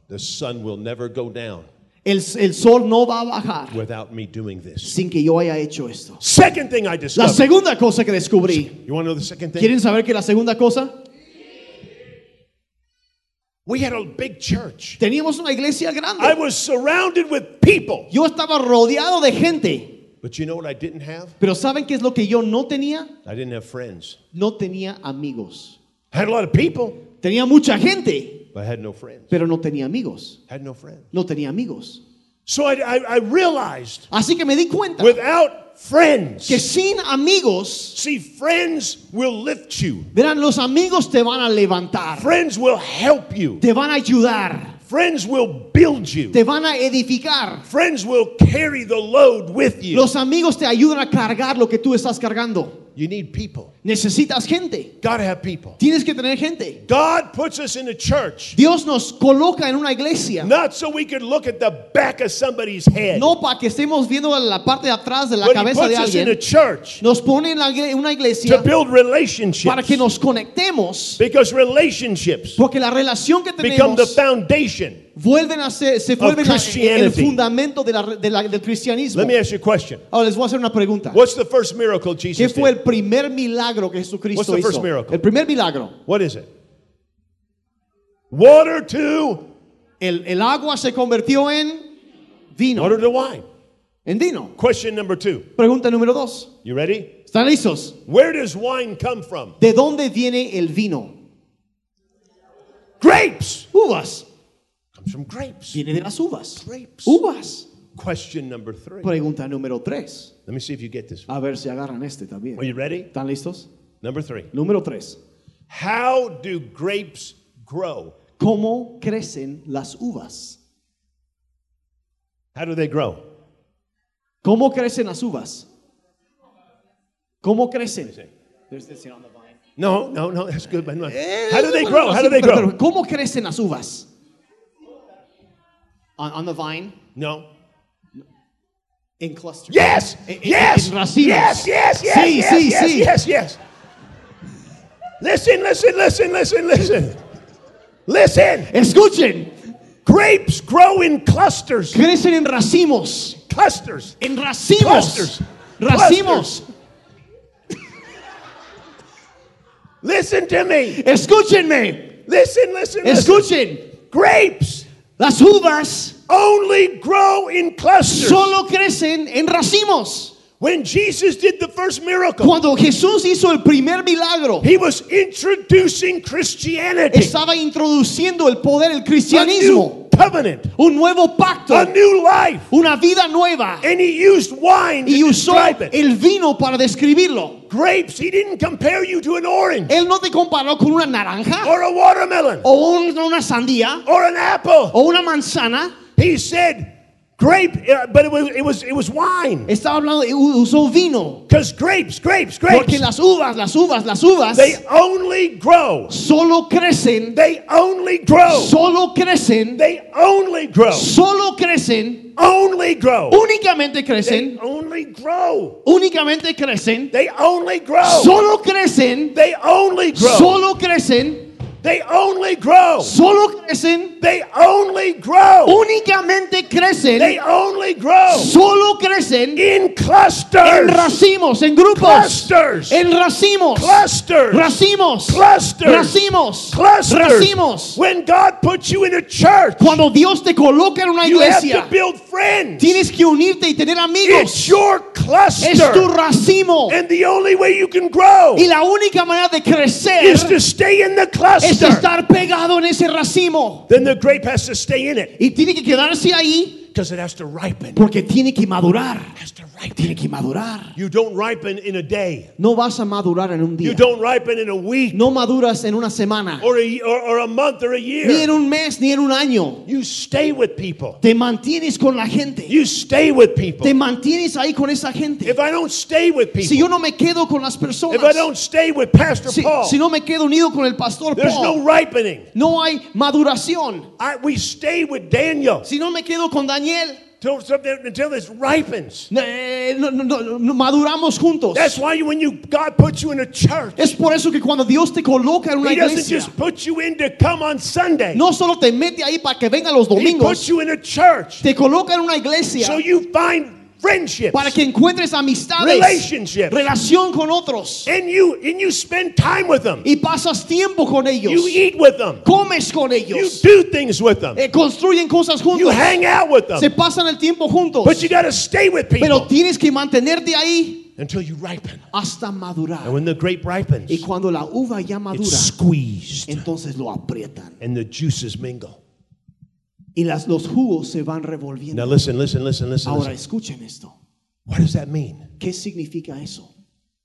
The sun will never go down
El, el sol no va a bajar
without me doing this.
sin que yo haya hecho esto.
Second thing I
La
discovered.
segunda cosa que descubrí.
You want to know the second thing?
¿Quieren saber qué es la segunda cosa?
We had a big church.
Teníamos una iglesia
I
grande.
was surrounded with people.
Yo estaba rodeado de gente.
But you know what I didn't have?
Pero ¿saben qué es lo que yo no tenía?
I didn't have friends.
No tenía amigos.
I had a lot of people,
Tenía mucha gente,
but I had no friends.
pero no tenía amigos.
had no friends.
No tenía amigos.
So I, I, I realized
Así que me di cuenta
without
que
friends,
sin amigos,
see, friends will lift you,
verán, los amigos te van a levantar,
friends will help you,
te van a ayudar,
friends will build you,
te van a edificar.
friends will carry the load with you.
Los amigos te ayudan a cargar lo que tú estás cargando.
You need people.
Necesitas gente.
Gotta have people.
Tienes que tener gente.
God puts us in a church
Dios nos coloca en una iglesia.
not so we could look at the back of somebody's head,
No para que estemos viendo la parte de atrás de la
but He
cabeza de
puts us in a
alguien.
church
Nos pone en la igle- una
to
iglesia
build
para
relationships
que nos conectemos.
because relationships
Porque la relación que
become the
tenemos
foundation.
vuelven a ser, se vuelve la- el
Christianity.
fundamento de la re- de la- del cristianismo.
Let me ask you a question.
Ahora les voy a hacer una pregunta.
What's the first miracle
¿Qué
Jesus
fue
did?
el primer milagro que Jesucristo
What's the first
hizo?
miracle?
El primer milagro.
What is it? Water to
El, el agua se convirtió en vino.
water to wine.
En vino.
Question number two.
Pregunta número dos.
You ready?
¿Están listos?
Where does wine come from?
¿De dónde viene el vino?
Grapes.
Uvas.
Comes from grapes.
Viene de las uvas.
Grapes.
Uvas.
Question number three.
Pregunta número 3.
Let me see if you get this. one.
A ver si agarran este también.
Are you ready?
¿Están listos?
Number three.
Número 3.
How do grapes grow?
¿Cómo crecen las uvas?
How do they grow?
¿Cómo crecen las uvas? ¿Cómo crecen?
No, no, no. That's good. but no.
Eh,
How do they
bueno,
grow?
no,
How
sí,
do they
pero-
grow?
pero ¿Cómo crecen las uvas? On, on the vine,
No.
in clusters.
Yes.
In- in-
Yes.
in racimos.
Yes. Yes. Yes.
eh, Sí,
yes,
sí,
yes,
sí.
Yes. Yes. Listen. Listen. Listen. Listen. Listen. Listen.
Escuchen,
Grapes grow in clusters.
crecen en racimos.
Clusters.
En racimos.
Clusters.
Racimos.
Listen to me.
Escúchenme.
Listen. Listen. listen.
Escuchen.
Grapes
Las uvas
only grow in clusters.
solo crecen en racimos.
When Jesus did the first miracle,
Cuando Jesús hizo el primer milagro,
he was introducing Christianity,
estaba introduciendo el poder del
a
cristianismo,
new covenant,
un nuevo pacto,
a new life,
una vida nueva.
and he used wine
Y
to
usó
describe it.
el vino para describirlo.
grapes. He didn't compare you to an orange
Él no te comparó con una naranja
or a watermelon
o un- una sandía
or an apple.
o una manzana.
He said, Grape, uh, but it was, it was, it was wine.
Estaba hablando, u- usó vino.
Because grapes, grapes,
Porque
grapes,
las uvas, las uvas, las uvas
they only grow.
solo crecen,
They only grow.
solo crecen,
They only grow.
solo crecen,
Only grow.
únicamente
They
crecen,
only grow.
únicamente crecen,
They only grow.
solo crecen,
They only grow.
solo crecen,
They only grow.
solo crecen,
They only grow.
únicamente crecen,
They only grow
solo crecen
in
en
clusters.
racimos, en grupos,
Clusters.
en racimos,
Clusters.
racimos,
Clusters.
racimos,
Clusters.
racimos.
When God puts you in a church,
Cuando Dios te coloca en una
you have to
iglesia,
build friends.
tienes que unirte y tener amigos.
It's your
Es tu
cluster.
racimo.
And the only way you can grow
Y la única manera de crecer
is to stay in the
es
cluster.
estar pegado en ese racimo.
Then the grape has to stay in it
Y tiene que quedarse ahí
because it has to ripen. It
porque tiene que madurar.
has to ripen.
Tiene que madurar.
You don't ripen in a day.
No vas a madurar en un
You
día.
don't ripen in a week
No maduras en una semana,
or a, or, or a month or a
ni
year.
en un mes, ni en un año.
You stay with people.
Te mantienes con la gente.
You stay with
Te
people.
mantienes ahí con esa gente.
If I don't stay with
Si
people,
yo no me quedo con las personas,
if I don't stay with Pastor
si,
Paul,
si no me quedo unido con el pastor
there's no
Paul,
ripening.
no hay maduración.
I, we stay with Daniel
Si no me quedo con Daniel,
till something until this ripens.
Eh, no, no, no, no, maduramos juntos.
That's why you, when you God puts you in a church,
Es por eso que cuando Dios te coloca en una
He doesn't
iglesia,
just put you in to come on Sunday.
no solo te mete ahí para que vengan los
He puts
domingos,
you in a church
te coloca en una iglesia
so you find friendships,
para que encuentres amistades,
relationships,
relación con otros
and you and you spend time with them.
y pasas tiempo con ellos,
You eat with them.
comes con
You
ellos,
do things with them.
eh, construyen cosas
You
juntos,
hang out with
se
them.
pasan el tiempo juntos,
But you got to stay with
pero
people
tienes que mantenerte ahí
until you ripen.
hasta madurar.
And when the grape ripens,
Y cuando la uva ya
it's
madura,
squeezed
entonces lo aprietan
and the juices mingle.
y las, los jugos se van revolviendo.
Now listen, listen, listen, listen.
Ahora
listen.
escuchen esto.
What does that mean?
¿Qué significa eso?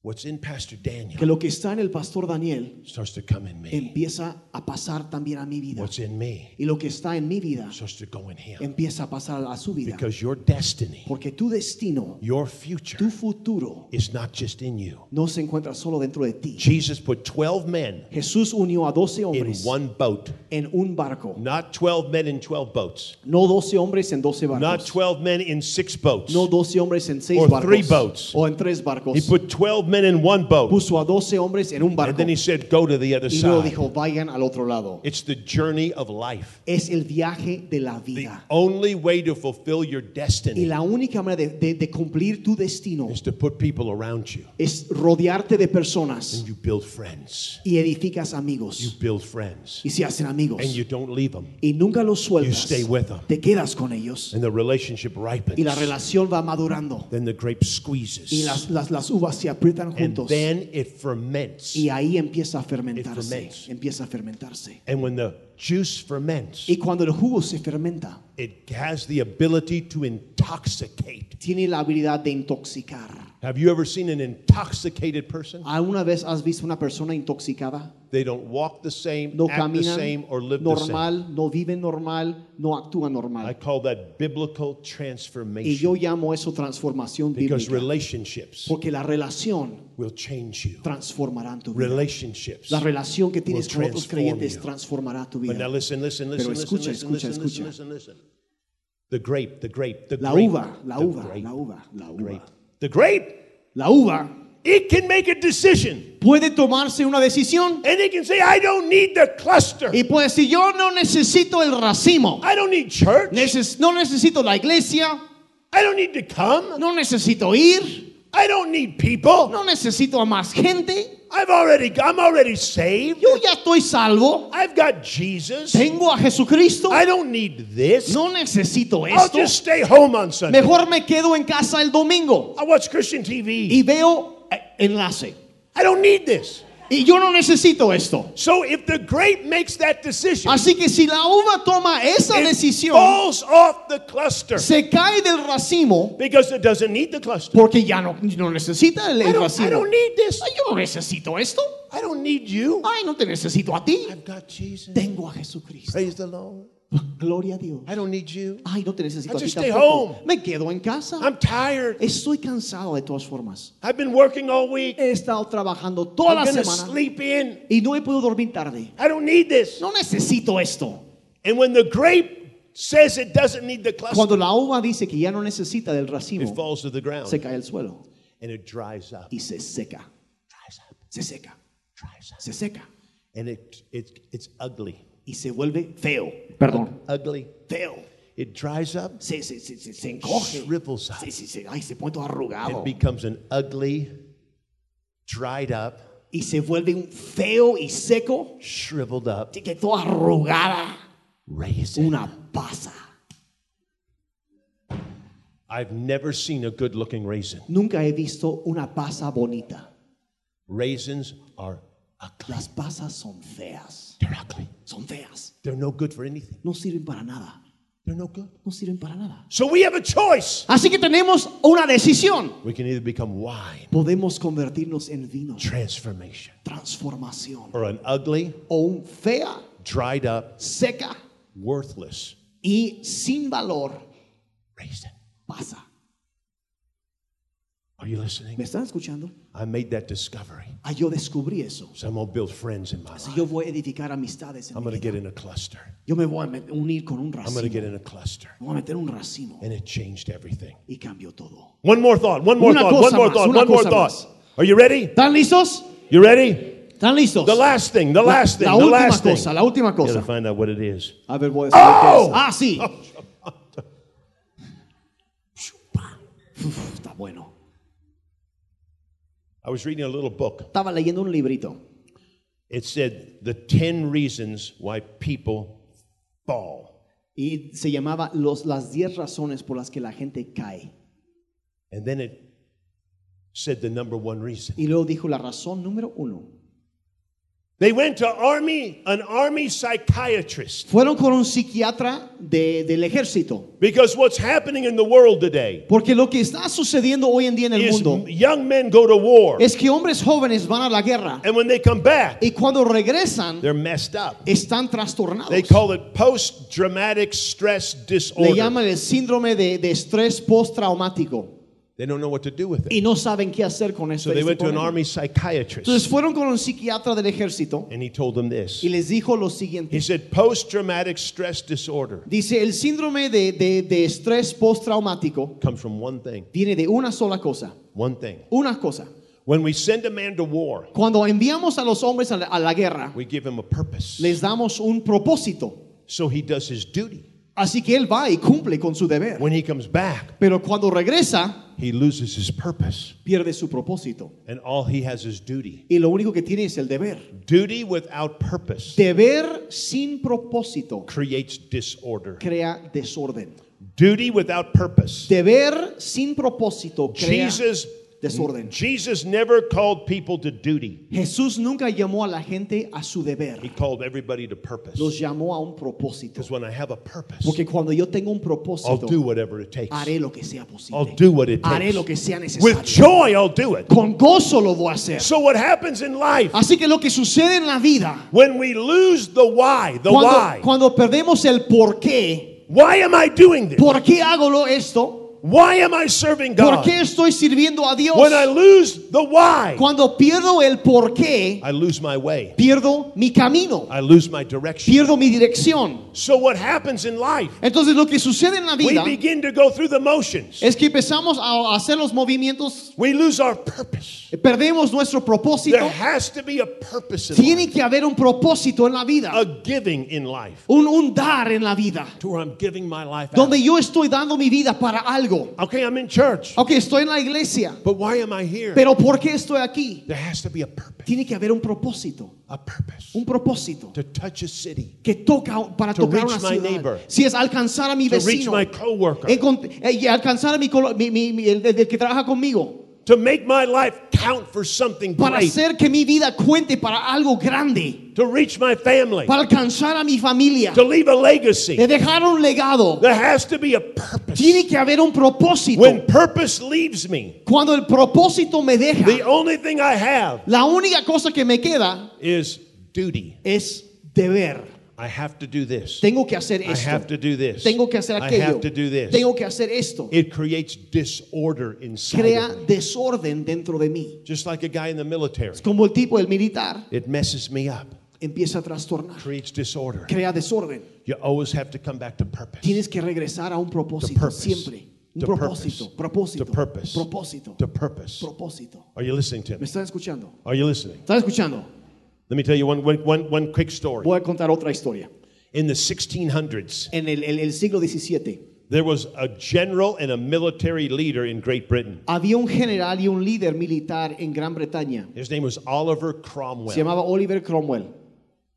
What's in Pastor
Que
Daniel
lo que está en el pastor Daniel
starts to come in me.
empieza a pasar también a mi vida.
What's in me
Y lo que está en mi vida
starts to go in him.
empieza a pasar a su vida.
Because your destiny,
Porque tu destino,
your
tu
future,
futuro,
is not just in you.
no se encuentra solo dentro de ti.
Jesus put 12 men
Jesús unió a 12
in
hombres
one boat.
en un barco.
Not 12 men in 12 boats.
No 12 hombres en 12
Not
barcos.
12 men in six boats.
No 12 hombres en 6
Or three
barcos.
boats.
O en 3
He
barcos.
put 12 men in one boat.
Puso a 12 hombres en un
And
barco.
then he said, Go to the other
Y luego
side.
dijo, vayan al otro lado.
It's the journey of life.
Es el viaje de la
The
vida.
only way to fulfill your
Y
destiny
la única manera de, de- de cumplir tu destino
is to put people around you.
es rodearte de personas
And you build friends.
y edificas
You
amigos
build friends.
y se hacen amigos
And you don't leave them.
y nunca los
You
sueltas.
stay with them.
Te quedas con ellos
And the relationship ripens.
y la relación va madurando
Then the grape
y
squeezes.
las, las, las uvas se aprietan
And
juntos
then it ferments.
y ahí empieza a
It
fermentarse,
ferments.
empieza a fermentarse.
And when the juice ferments,
Y cuando el jugo se fermenta,
it has the ability to intoxicate.
tiene la habilidad de intoxicar.
Have you ever seen an intoxicated person?
¿Alguna vez has visto una persona intoxicada?
They don't walk the same,
No
act the
caminan
same, or live the same.
normal, no viven normal, no actúan normal.
I call that biblical
Y
transformation
yo llamo eso transformación
because
bíblica.
relationships
Porque la relación
will change you.
transformará tu vida.
Relationships.
La relación que tienes
will
con otros
transform
creyentes
you.
transformará tu
But now
vida.
listen, listen, listen, listen,
escucha,
listen,
escucha,
listen, listen,
escucha.
listen, listen. The grape, the grape, the
La
grape,
uva, la
the
uva,
grape,
la uva, la
grape.
uva.
The grape,
La uva
it can make a decision
puede tomarse una decisión
and it can say, I don't need the cluster.
y puede decir, yo no necesito el racimo,
I don't need church.
Neces- no necesito la iglesia,
I don't need to come.
no necesito ir,
I don't need people.
no necesito a más gente,
I've already I'm already saved.
yo ya estoy salvo,
I've got Jesus.
tengo a Jesucristo,
I don't need this.
no necesito
I'll
esto,
just stay home on Sunday.
mejor me quedo en casa el domingo
I watch Christian TV.
y veo eh, enlace.
I don't need this.
Y yo no necesito esto.
So if the grape makes that decision,
Así que si la uva toma esa
it
decisión,
falls off the cluster
se cae del racimo
because it doesn't need the cluster.
porque ya no, no necesita el, el
I don't, I
racimo.
don't need this.
Ay, yo no necesito esto.
I don't need you.
Ay, no te necesito a ti.
I've got Jesus.
Tengo a Jesucristo.
Praise the Lord.
Gloria a Dios.
I don't need you.
Ay, no te necesito
I
a ti
just stay
tampoco.
home.
Me quedo en casa.
I'm tired.
Estoy cansado de todas formas.
I've been working all week.
He estado trabajando toda
I'm
la
going to
semana
sleep in.
y no he podido dormir tarde.
I don't need this.
No necesito esto.
And when the grape says it doesn't need the cluster,
Cuando la uva dice que ya no necesita del
it
racimo,
falls to the ground
se cae al suelo
and it dries up.
y se seca.
Dries up.
Se seca.
Dries up.
Se seca.
And it, it, it's ugly.
Y se vuelve feo. Perdón.
Ugly.
Feo.
It dries up.
Se, se, se, se, se encoge.
Shrivels up.
Se, se, se, ay, se pone todo
It
arrugado.
becomes an ugly, dried up,
Y se vuelve un feo y seco.
shriveled up
Así que todo arrugada.
raisin.
Una pasa.
I've never seen a good looking raisin.
Nunca he visto una pasa bonita.
Raisins are ugly.
Las pasas son feas.
They're ugly.
Son feas.
They're no good for anything.
No sirven para nada.
They're no good.
No sirven para nada.
So we have a choice.
Así que tenemos una decisión.
We can either become wine,
Podemos convertirnos en vino.
transformation,
Transformación.
or an ugly,
O un fea,
dried up,
seca
worthless
y sin valor
raisin.
pasa.
Are you listening?
¿Me están escuchando?
I made that discovery.
Ah, yo descubrí eso.
So I'm going to build friends in my
Si
life.
yo voy a edificar amistades, en
I'm
mi
going to
vida,
get in a cluster.
yo me voy a met- unir con un
I'm
racimo.
going to get in a cluster.
Me voy a meter un racimo
And it changed everything.
y cambió todo.
One more thought, one more
Una
thought,
cosa
one more
más,
thought,
una
one more
cosa
thought.
más.
Are you ready?
¿Están listos?
You ready?
¿Están listos?
The last thing, the last thing,
la
the
última
last thing.
cosa, la última
You gotta
cosa.
find out what it is.
A ver, voy a decir qué
¡Oh!
es. Ah, sí. Uf, está bueno.
I was reading a little book.
Estaba leyendo un librito.
It said the 10 reasons why people fall.
Y se llamaba los, Las 10 razones por las que la gente cae.
And then it said the number one reason.
Y luego dijo la razón número uno.
They went to army, an army psychiatrist.
Fueron con un psiquiatra de- del ejército.
Because what's happening in the world today
Porque lo que está sucediendo hoy en día en el
is
mundo
young men go to war.
es que hombres jóvenes van a la guerra
And when they come back,
y cuando regresan
they're messed up.
están trastornados.
They call it post traumatic stress
Le
disorder.
llaman el síndrome de, de estrés postraumático
They don't know what to do with it.
y no saben qué hacer con eso.
So they went to an army psychiatrist
Entonces fueron con un psiquiatra del ejército
and he told them this.
y les dijo lo siguiente.
He said, post traumatic stress disorder
Dice, el síndrome de, de- de estrés postraumático
comes from one thing.
viene de una sola cosa.
One thing.
Una cosa.
When we send a man to war,
Cuando enviamos a los hombres a la, a la guerra,
we give him a purpose.
les damos un propósito.
So he does his duty.
Así que él va y cumple con su deber.
When he comes back,
Pero cuando regresa,
he loses his purpose.
pierde su propósito.
And all he has is duty.
Y lo único que tiene es el deber.
Duty without purpose
Deber sin propósito
creates disorder.
crea desorden.
Duty without purpose.
Deber sin propósito crea
Jesus
desorden.
Jesus never called people to duty.
Jesús nunca llamó a la gente a su
He
deber.
called everybody to purpose.
Los llamó a un propósito.
Because when I have a purpose,
Porque cuando yo tengo un
I'll
propósito,
do whatever it takes.
haré lo que sea
I'll
posible.
do what it
Haré
takes.
lo que sea necesario.
With joy, I'll do it.
Con gozo lo voy a hacer.
So what happens in life
Así que lo que sucede en la vida,
when we lose the why, the why?
cuando, cuando perdemos el por qué,
Why am I doing this?
¿por qué hago lo esto?
Why am I serving
¿Por
God?
qué estoy sirviendo a Dios?
When I lose the why,
Cuando pierdo el por qué,
I lose my way.
pierdo mi camino,
I lose my direction.
pierdo mi dirección.
So what happens in life?
Entonces lo que sucede en la
We
vida
begin to go through the motions.
es que empezamos a hacer los movimientos,
We lose our purpose.
perdemos nuestro propósito.
There has to be a purpose in life.
Tiene que haber un propósito en la vida.
a giving in life
un, un dar en la vida,
to where I'm giving my life out.
donde yo estoy dando mi vida para algo.
Okay, I'm in church,
Ok, estoy en la iglesia,
but why am I here?
pero ¿por qué estoy aquí?
There has to be a purpose,
Tiene que haber un propósito,
a purpose
un propósito
to touch a city,
que toca para
To
tocar
reach
una
my
ciudad.
neighbor.
Si es alcanzar a mi
to reach
vecino,
my coworker,
encont- eh, y alcanzar a mi, colo- mi- mi- mi- el, el que trabaja conmigo,
to make my life count for something
para
great,
hacer que mi vida cuente para algo grande,
to reach my family,
para alcanzar a mi familia,
to leave a
de
legacy.
dejar un legado.
There has to be a purpose.
Tiene que haber un propósito.
When purpose leaves me,
Cuando el propósito me deja,
the only thing I have
La única cosa que me queda
is duty.
es deber.
I have to do this.
Tengo que hacer
I have
esto.
to do this.
Tengo que hacer
I
aquello.
have to do this.
Tengo que hacer esto.
It creates disorder inside. of
Crea
me.
desorden dentro de mí.
Just like a guy in the military.
Como el tipo del militar
It messes me up.
empieza a trastornar.
Creates disorder.
Crea desorden.
You always have to come back to purpose.
Tienes que regresar a un
To
propósito
purpose.
siempre. Un
To
propósito,
purpose.
propósito,
To purpose.
propósito,
To purpose.
propósito.
Are you listening to
¿Me
me?
están escuchando?
Are you listening?
¿Están escuchando?
Let me tell you one, one, one, one quick story.
Voy a contar otra historia.
In the 1600s,
En el, el- el siglo XVII
there was a general and a military leader in Great Britain.
había un general y un líder militar en Gran Bretaña.
His name was Oliver
Se
Cromwell.
llamaba Oliver Cromwell.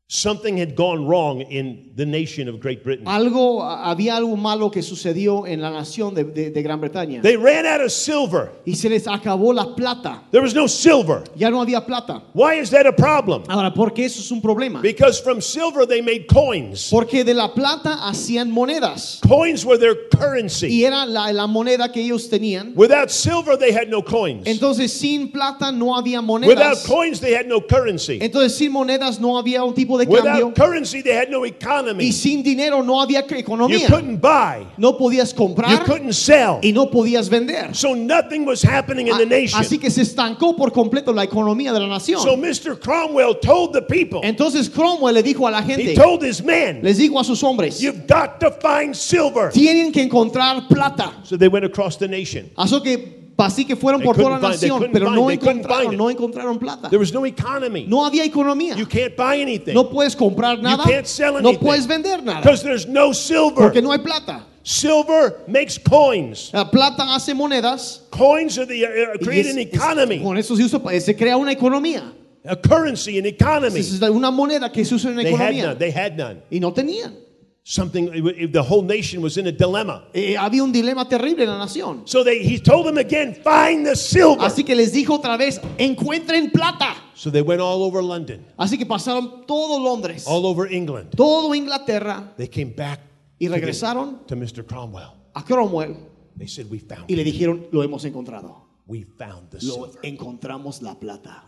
Something had gone wrong in the nation of Great Britain.
Algo, a- había algo malo que sucedió en la nación de, de- de Gran Bretaña.
They ran out of silver.
Y se les acabó la plata.
There was no silver.
Ya no había plata.
Why is that a problem?
Ahora, ¿por qué eso es un problema?
Because from silver they made coins.
Porque de la plata hacían monedas.
Coins were their currency.
Y era la, la moneda que ellos tenían.
Without silver they had no coins.
Entonces, sin plata no había
Without
monedas.
coins they had no currency.
Entonces, sin monedas no había un tipo de cambio.
Without currency they had no
Y
economy.
sin dinero no había que-
You
economía.
couldn't buy.
No podías
You
comprar
couldn't sell.
y no podías vender.
So nothing was happening in the
A- Así
nation.
que se estancó por completo la economía de la nación.
So Mr. Cromwell told the people,
Entonces Cromwell le dijo a la gente,
he told his men,
les dijo a sus hombres,
you've got to find silver.
tienen que encontrar plata.
So they went across the nation.
Así que, así que fueron
They
por toda la
couldn't find- they
nación,
couldn't
pero
find-
no
they couldn't find
encontraron,
it.
no encontraron plata.
There was no economy.
No había economía.
You can't buy anything.
No puedes comprar nada.
can't sell
No
anything.
puedes vender nada.
Because there's no silver.
Porque no hay plata.
Silver makes coins.
La plata hace monedas.
Coins are the uh,
y
create
es-
an
es-
economy,
con eso se, usa, pa- eh, se crea una economía.
a currency, an economy.
Es una moneda que se usa en una
They had
economía.
none. They had none.
Y no tenían.
Something. it wa- it- The whole nation was in a dilemma.
Eh, había un dilema terrible en la nación.
So they, he told them again, find the silver.
Así que les dijo otra vez, encuentren plata.
So they went all over London,
Así que pasaron todo Londres,
all over England.
todo Inglaterra
They came back
y
to the-
regresaron
to Mr. Cromwell.
a Cromwell
They said, "We found
y
it.
le dijeron, lo hemos encontrado.
We found the
Lo
silver.
encontramos la plata.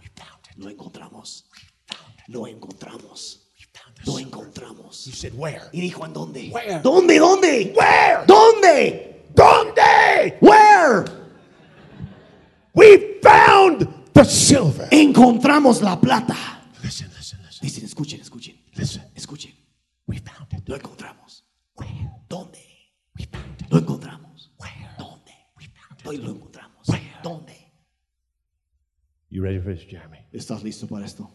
Lo encontramos. Lo encontramos.
We found the
Lo
silver." He
encontramos.
said, "Where?
Y dijo, ¿en dónde?
Where?
¿Dónde? ¿Dónde?
Where?
¿Dónde?
Donde?
Where?
We found the silver."
Encontramos la plata.
Listen, listen, listen,
Dicen, escuchen, escuchen,
listen.
escuchen.
We found it.
Lo encontramos.
Where?
¿Dónde?
We found it.
Lo encontramos.
Where?
¿Dónde?
We found it.
Hoy lo encontramos. ¿Dónde?
You ready for this, Jeremy?
¿Estás listo para esto?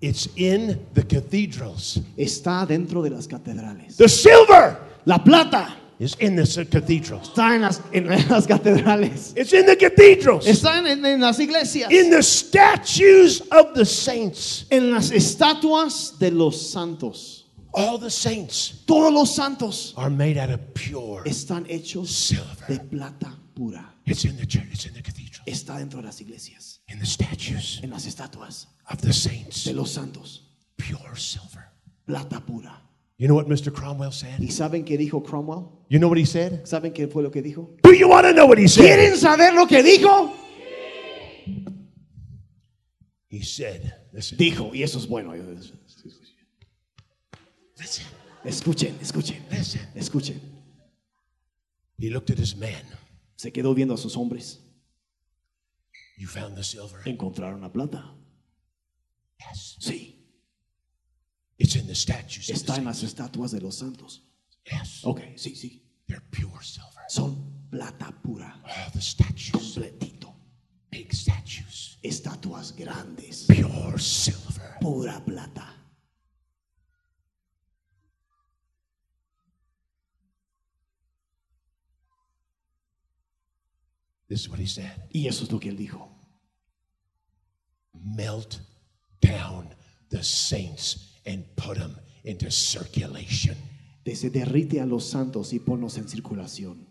It's in the cathedrals.
Está dentro de las catedrales.
The silver
La plata
is in the s- cathedrals.
está en las, en las catedrales.
It's in the cathedrals.
Está en, en- en las iglesias.
in the statues of the saints.
En las estatuas de los santos.
All the saints
Todos los santos
are made out of pure
están hechos de
silver.
plata pura.
It's in the church. It's in the cathedral.
Está dentro de las iglesias.
In the statues
En las estatuas
of the saints.
de los santos.
Pure silver.
Plata pura.
You know what Mr. Cromwell said?
¿Y saben qué dijo Cromwell?
You know what he said?
¿Saben qué fue lo que dijo?
Do you want to know what he said?
¿Quieren saber lo que dijo?
He said, listen,
Dijo, y eso es bueno.
listen,
Escuchen, escuchen,
listen.
escuchen.
He looked at his man.
Se quedó viendo a sus hombres.
You found the silver.
Encontraron la plata.
Yes.
Sí,
It's in the statues. of the
está en las
saints.
estatuas de los santos.
Yes.
Ok, sí, sí.
They're pure silver.
Son plata pura,
All the statues.
completito.
Big statues.
Estatuas grandes,
Pure silver.
pura plata.
This is what he said.
Y eso es lo que él dijo.
Melt down the saints and put them into circulation.
Dice, derrite a los santos y ponlos en circulación.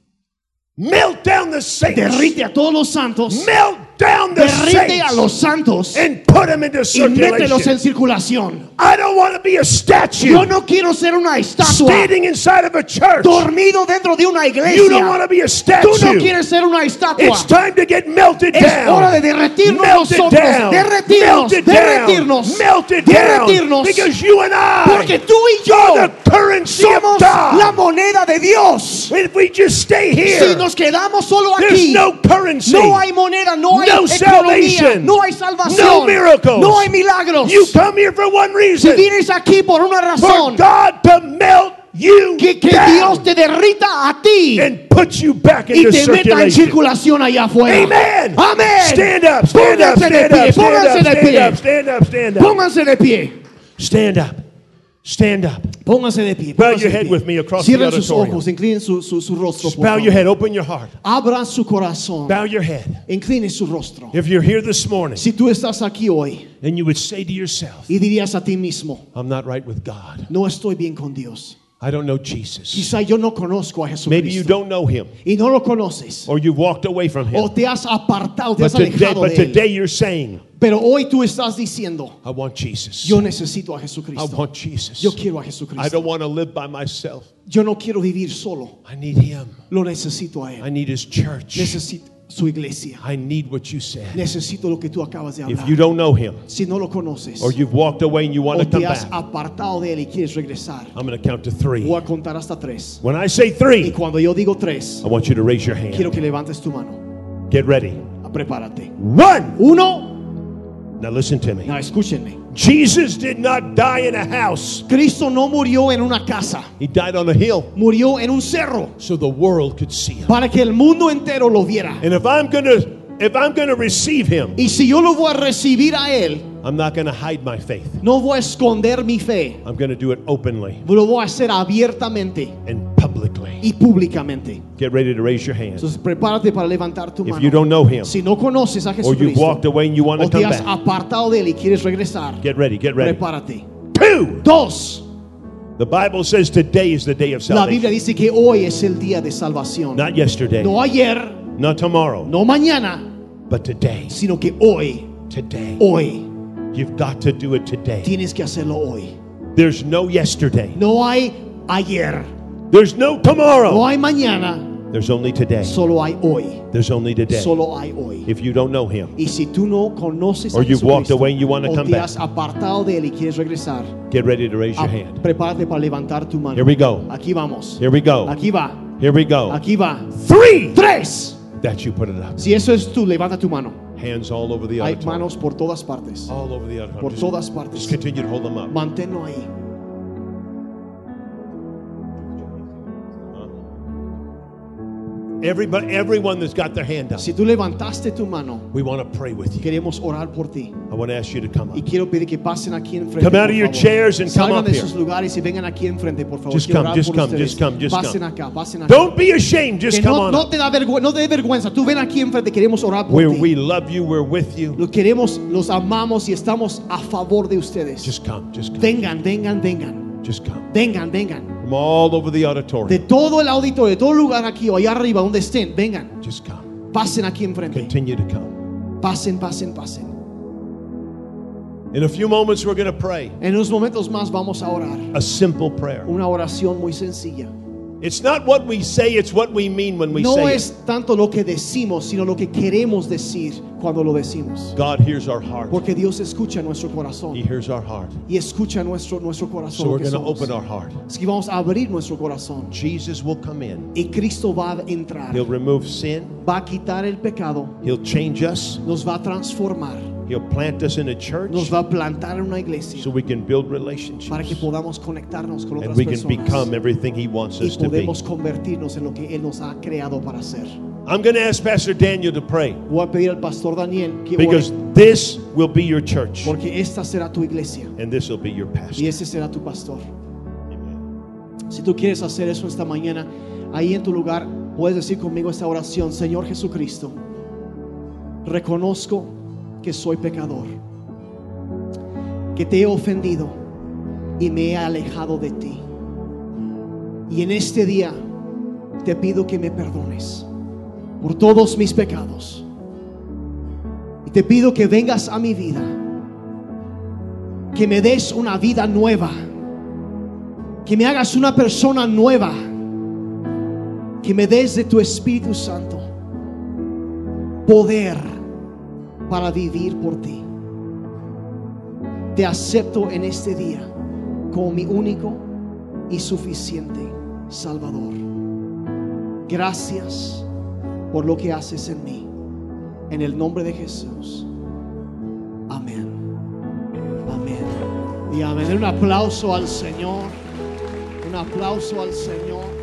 Melt down the saints.
Derrite a todos los santos.
Melt down the
Derrite a los
saints.
santos
And put them into
y mételos en
circulation.
circulación.
I don't want to be a statue
Yo no quiero ser una estatua
standing inside of a church.
dormido dentro de una
You don't
iglesia.
want to be a
Tú no
statue.
quieres ser una estatua.
It's time to get melted
Es hora de
down.
derretirnos
Melt it
nosotros,
down.
derretirnos,
Melt it down.
derretirnos,
Melt it down.
derretirnos,
Because you and
porque
I
tú y
are
yo
the currency of
somos la
God.
moneda de Dios.
If we just stay
Si
here,
nos quedamos solo
there's
aquí,
no currency.
no hay moneda, no hay
No
economía,
salvation.
no hay
No
salvación,
miracles.
no hay milagros.
You come here for one
Si
reason.
vienes aquí por una
For
razón,
God to melt you
que, que
down
Dios te derrita a ti
and put you back
y
into
te meta en
circulation.
circulación allá afuera.
Amen.
Amén.
Stand up, stand up,
Pónganse de
stand up,
pie,
stand up,
pónganse de
stand
pie.
up, stand up, stand up.
Pónganse de pie.
Stand up. Stand up.
Pónganse de pie.
Bow
pónganse
your
de
head
pie.
with me across the
Cierren sus
auditorium.
ojos, inclinen su, su, su rostro. por
Bow
favor.
your head. Open your heart.
Abran su corazón.
Bow your head.
Incline su rostro.
If you're here this morning
Si tú estás aquí hoy
and you would say to yourself,
y dirías a ti mismo,
I'm not right with God.
no estoy bien con Dios.
I don't know Jesus.
Quizá yo no conozco a
Maybe you
Jesucristo
don't know him
y no lo conoces.
or you walked away from him.
O te has apartado, te
But
has
today,
alejado
but
de él.
today you're saying,
Pero hoy tú estás diciendo,
I want Jesus.
yo necesito a
I
Jesucristo.
want Jesus.
Yo quiero a
I
Jesucristo.
don't want to live by myself.
Yo no quiero vivir solo.
I need him.
Lo necesito a él.
I need his church.
Necesito su iglesia.
I need what you said.
Necesito lo que tú acabas de
If
hablar.
you don't know him
Si no lo conoces
or you've walked away and you want
o
to come
te has
back,
apartado de él y quieres regresar,
I'm going to count to three.
voy a contar hasta tres.
When I say
Y
three,
cuando yo digo tres,
I want you to raise your hand.
quiero que levantes tu mano.
Get ready.
Prepárate.
One.
Uno,
Now listen to me.
no, escúchenme.
Jesus did not die in a house.
Cristo no murió en una casa,
He died on a hill
murió en un cerro
so the world could see him.
para que el mundo entero lo viera.
And if I'm going to if I'm going to receive him,
Y si yo lo voy a recibir a él,
I'm not going to hide my faith.
no voy a esconder mi fe,
I'm going to do it openly
lo voy a hacer abiertamente
and publicly.
y públicamente.
Get ready to raise your hand.
Entonces prepárate para levantar tu
If
mano.
you don't know him
Si no conoces a
or you've
Jesucristo
walked away and you want to
o te
come
has
back,
apartado de él y quieres regresar,
get ready, get ready.
prepárate.
Two.
Dos,
The Bible says today is the day of
la Biblia
salvation.
dice que hoy es el día de salvación.
Not yesterday,
No ayer,
not tomorrow,
no mañana,
but today.
sino que hoy,
Today.
hoy,
You've got to do it today.
tienes que hacerlo hoy.
There's no yesterday.
No hay ayer,
There's no
no
tomorrow.
hay mañana,
There's only today.
solo hay hoy.
There's only today.
Solo hay hoy.
If you don't know him,
Y si tú no conoces
Or
a
you've walked
Jesucristo,
away and you wanna
o
come
te
back.
has apartado de él y quieres regresar,
get ready to raise your
ah,
hand.
prepárate para levantar tu mano.
Here we go.
Aquí vamos.
Here we go.
Aquí va.
Here we go.
Aquí va.
Three.
Tres.
That you put it up.
Si eso es tú, levanta tu mano.
Hands all over the
Hay
auditorium.
manos por todas partes.
All over the auditorium.
Por
Oh, Just-
todas
Just
partes.
continue to hold them up.
Manténlo ahí.
Everybody, everyone that's got their hand up,
Si tú levantaste tu mano,
we want to pray with you.
queremos orar por ti.
I want to ask you to come
Y
up.
quiero pedir que pasen aquí enfrente.
Come out
por
of your
favor.
chairs and come
Salgan
up
de
here.
sus lugares y vengan aquí enfrente, por favor.
Just
Quiero
come,
orar
just
por
come,
ustedes.
just come, just
pasen
come.
acá, pasen acá.
Don't be ashamed.
Que
Just come
no,
on
no
up.
te da vergüenza, no te dé vergüenza. Tú ven aquí enfrente, queremos orar por
We're,
ti.
we love you. We're with you.
Los queremos, los amamos y estamos a favor de ustedes.
Just come. Just come.
vengan, vengan, vengan.
Just come.
Vengan, vengan.
From all over the
De
auditorium.
todo el auditorio, de todo lugar aquí o allá arriba, donde estén, vengan.
Just come.
Pasen aquí enfrente.
Continue to come.
Pasen, pasen, pasen.
In a few moments, we're going to pray
En unos momentos más vamos a orar.
a simple prayer.
Una oración muy sencilla.
It's not what we say, it's what we mean when we
No
say it.
es tanto lo que decimos, sino lo que queremos decir cuando lo decimos.
God hears our heart.
Porque Dios escucha nuestro
He
corazón
hears our heart.
y escucha nuestro, nuestro corazón.
So
lo
we're
que
going to
somos.
open our heart.
Así que vamos a abrir nuestro corazón.
Jesus will come in.
Y Cristo va a entrar.
He'll remove sin.
Va a quitar el pecado.
He'll change us.
Nos va a transformar.
He'll plant us in a church
Nos va a plantar en una
so
iglesia.
we can build
Para que
relationships
podamos conectarnos con
and
otras
we can
personas.
become everything He wants
Y
us to be.
podemos convertirnos en lo que Él nos ha creado para ser.
I'm going to ask Pastor Daniel to pray
Voy a pedir al pastor Daniel que ore,
because this will be your church
Porque esta será tu iglesia.
and this will be your
Y
pastor.
ese será tu pastor. Si tú quieres hacer eso esta mañana, ahí en tu lugar puedes decir conmigo esta oración, Señor Jesucristo, reconozco que soy pecador, que te he ofendido y me he alejado de ti. Y en este día te pido que me perdones. por todos mis pecados. Y te pido que vengas a mi vida, que me des una vida nueva, que me hagas una persona nueva, que me des de tu Espíritu Santo poder para vivir por ti. Te acepto en este día como mi único y suficiente Salvador. Gracias por lo que haces en mí. En el nombre de Jesús. Amén. Amén. Y amén. Un aplauso al Señor. Un aplauso al Señor.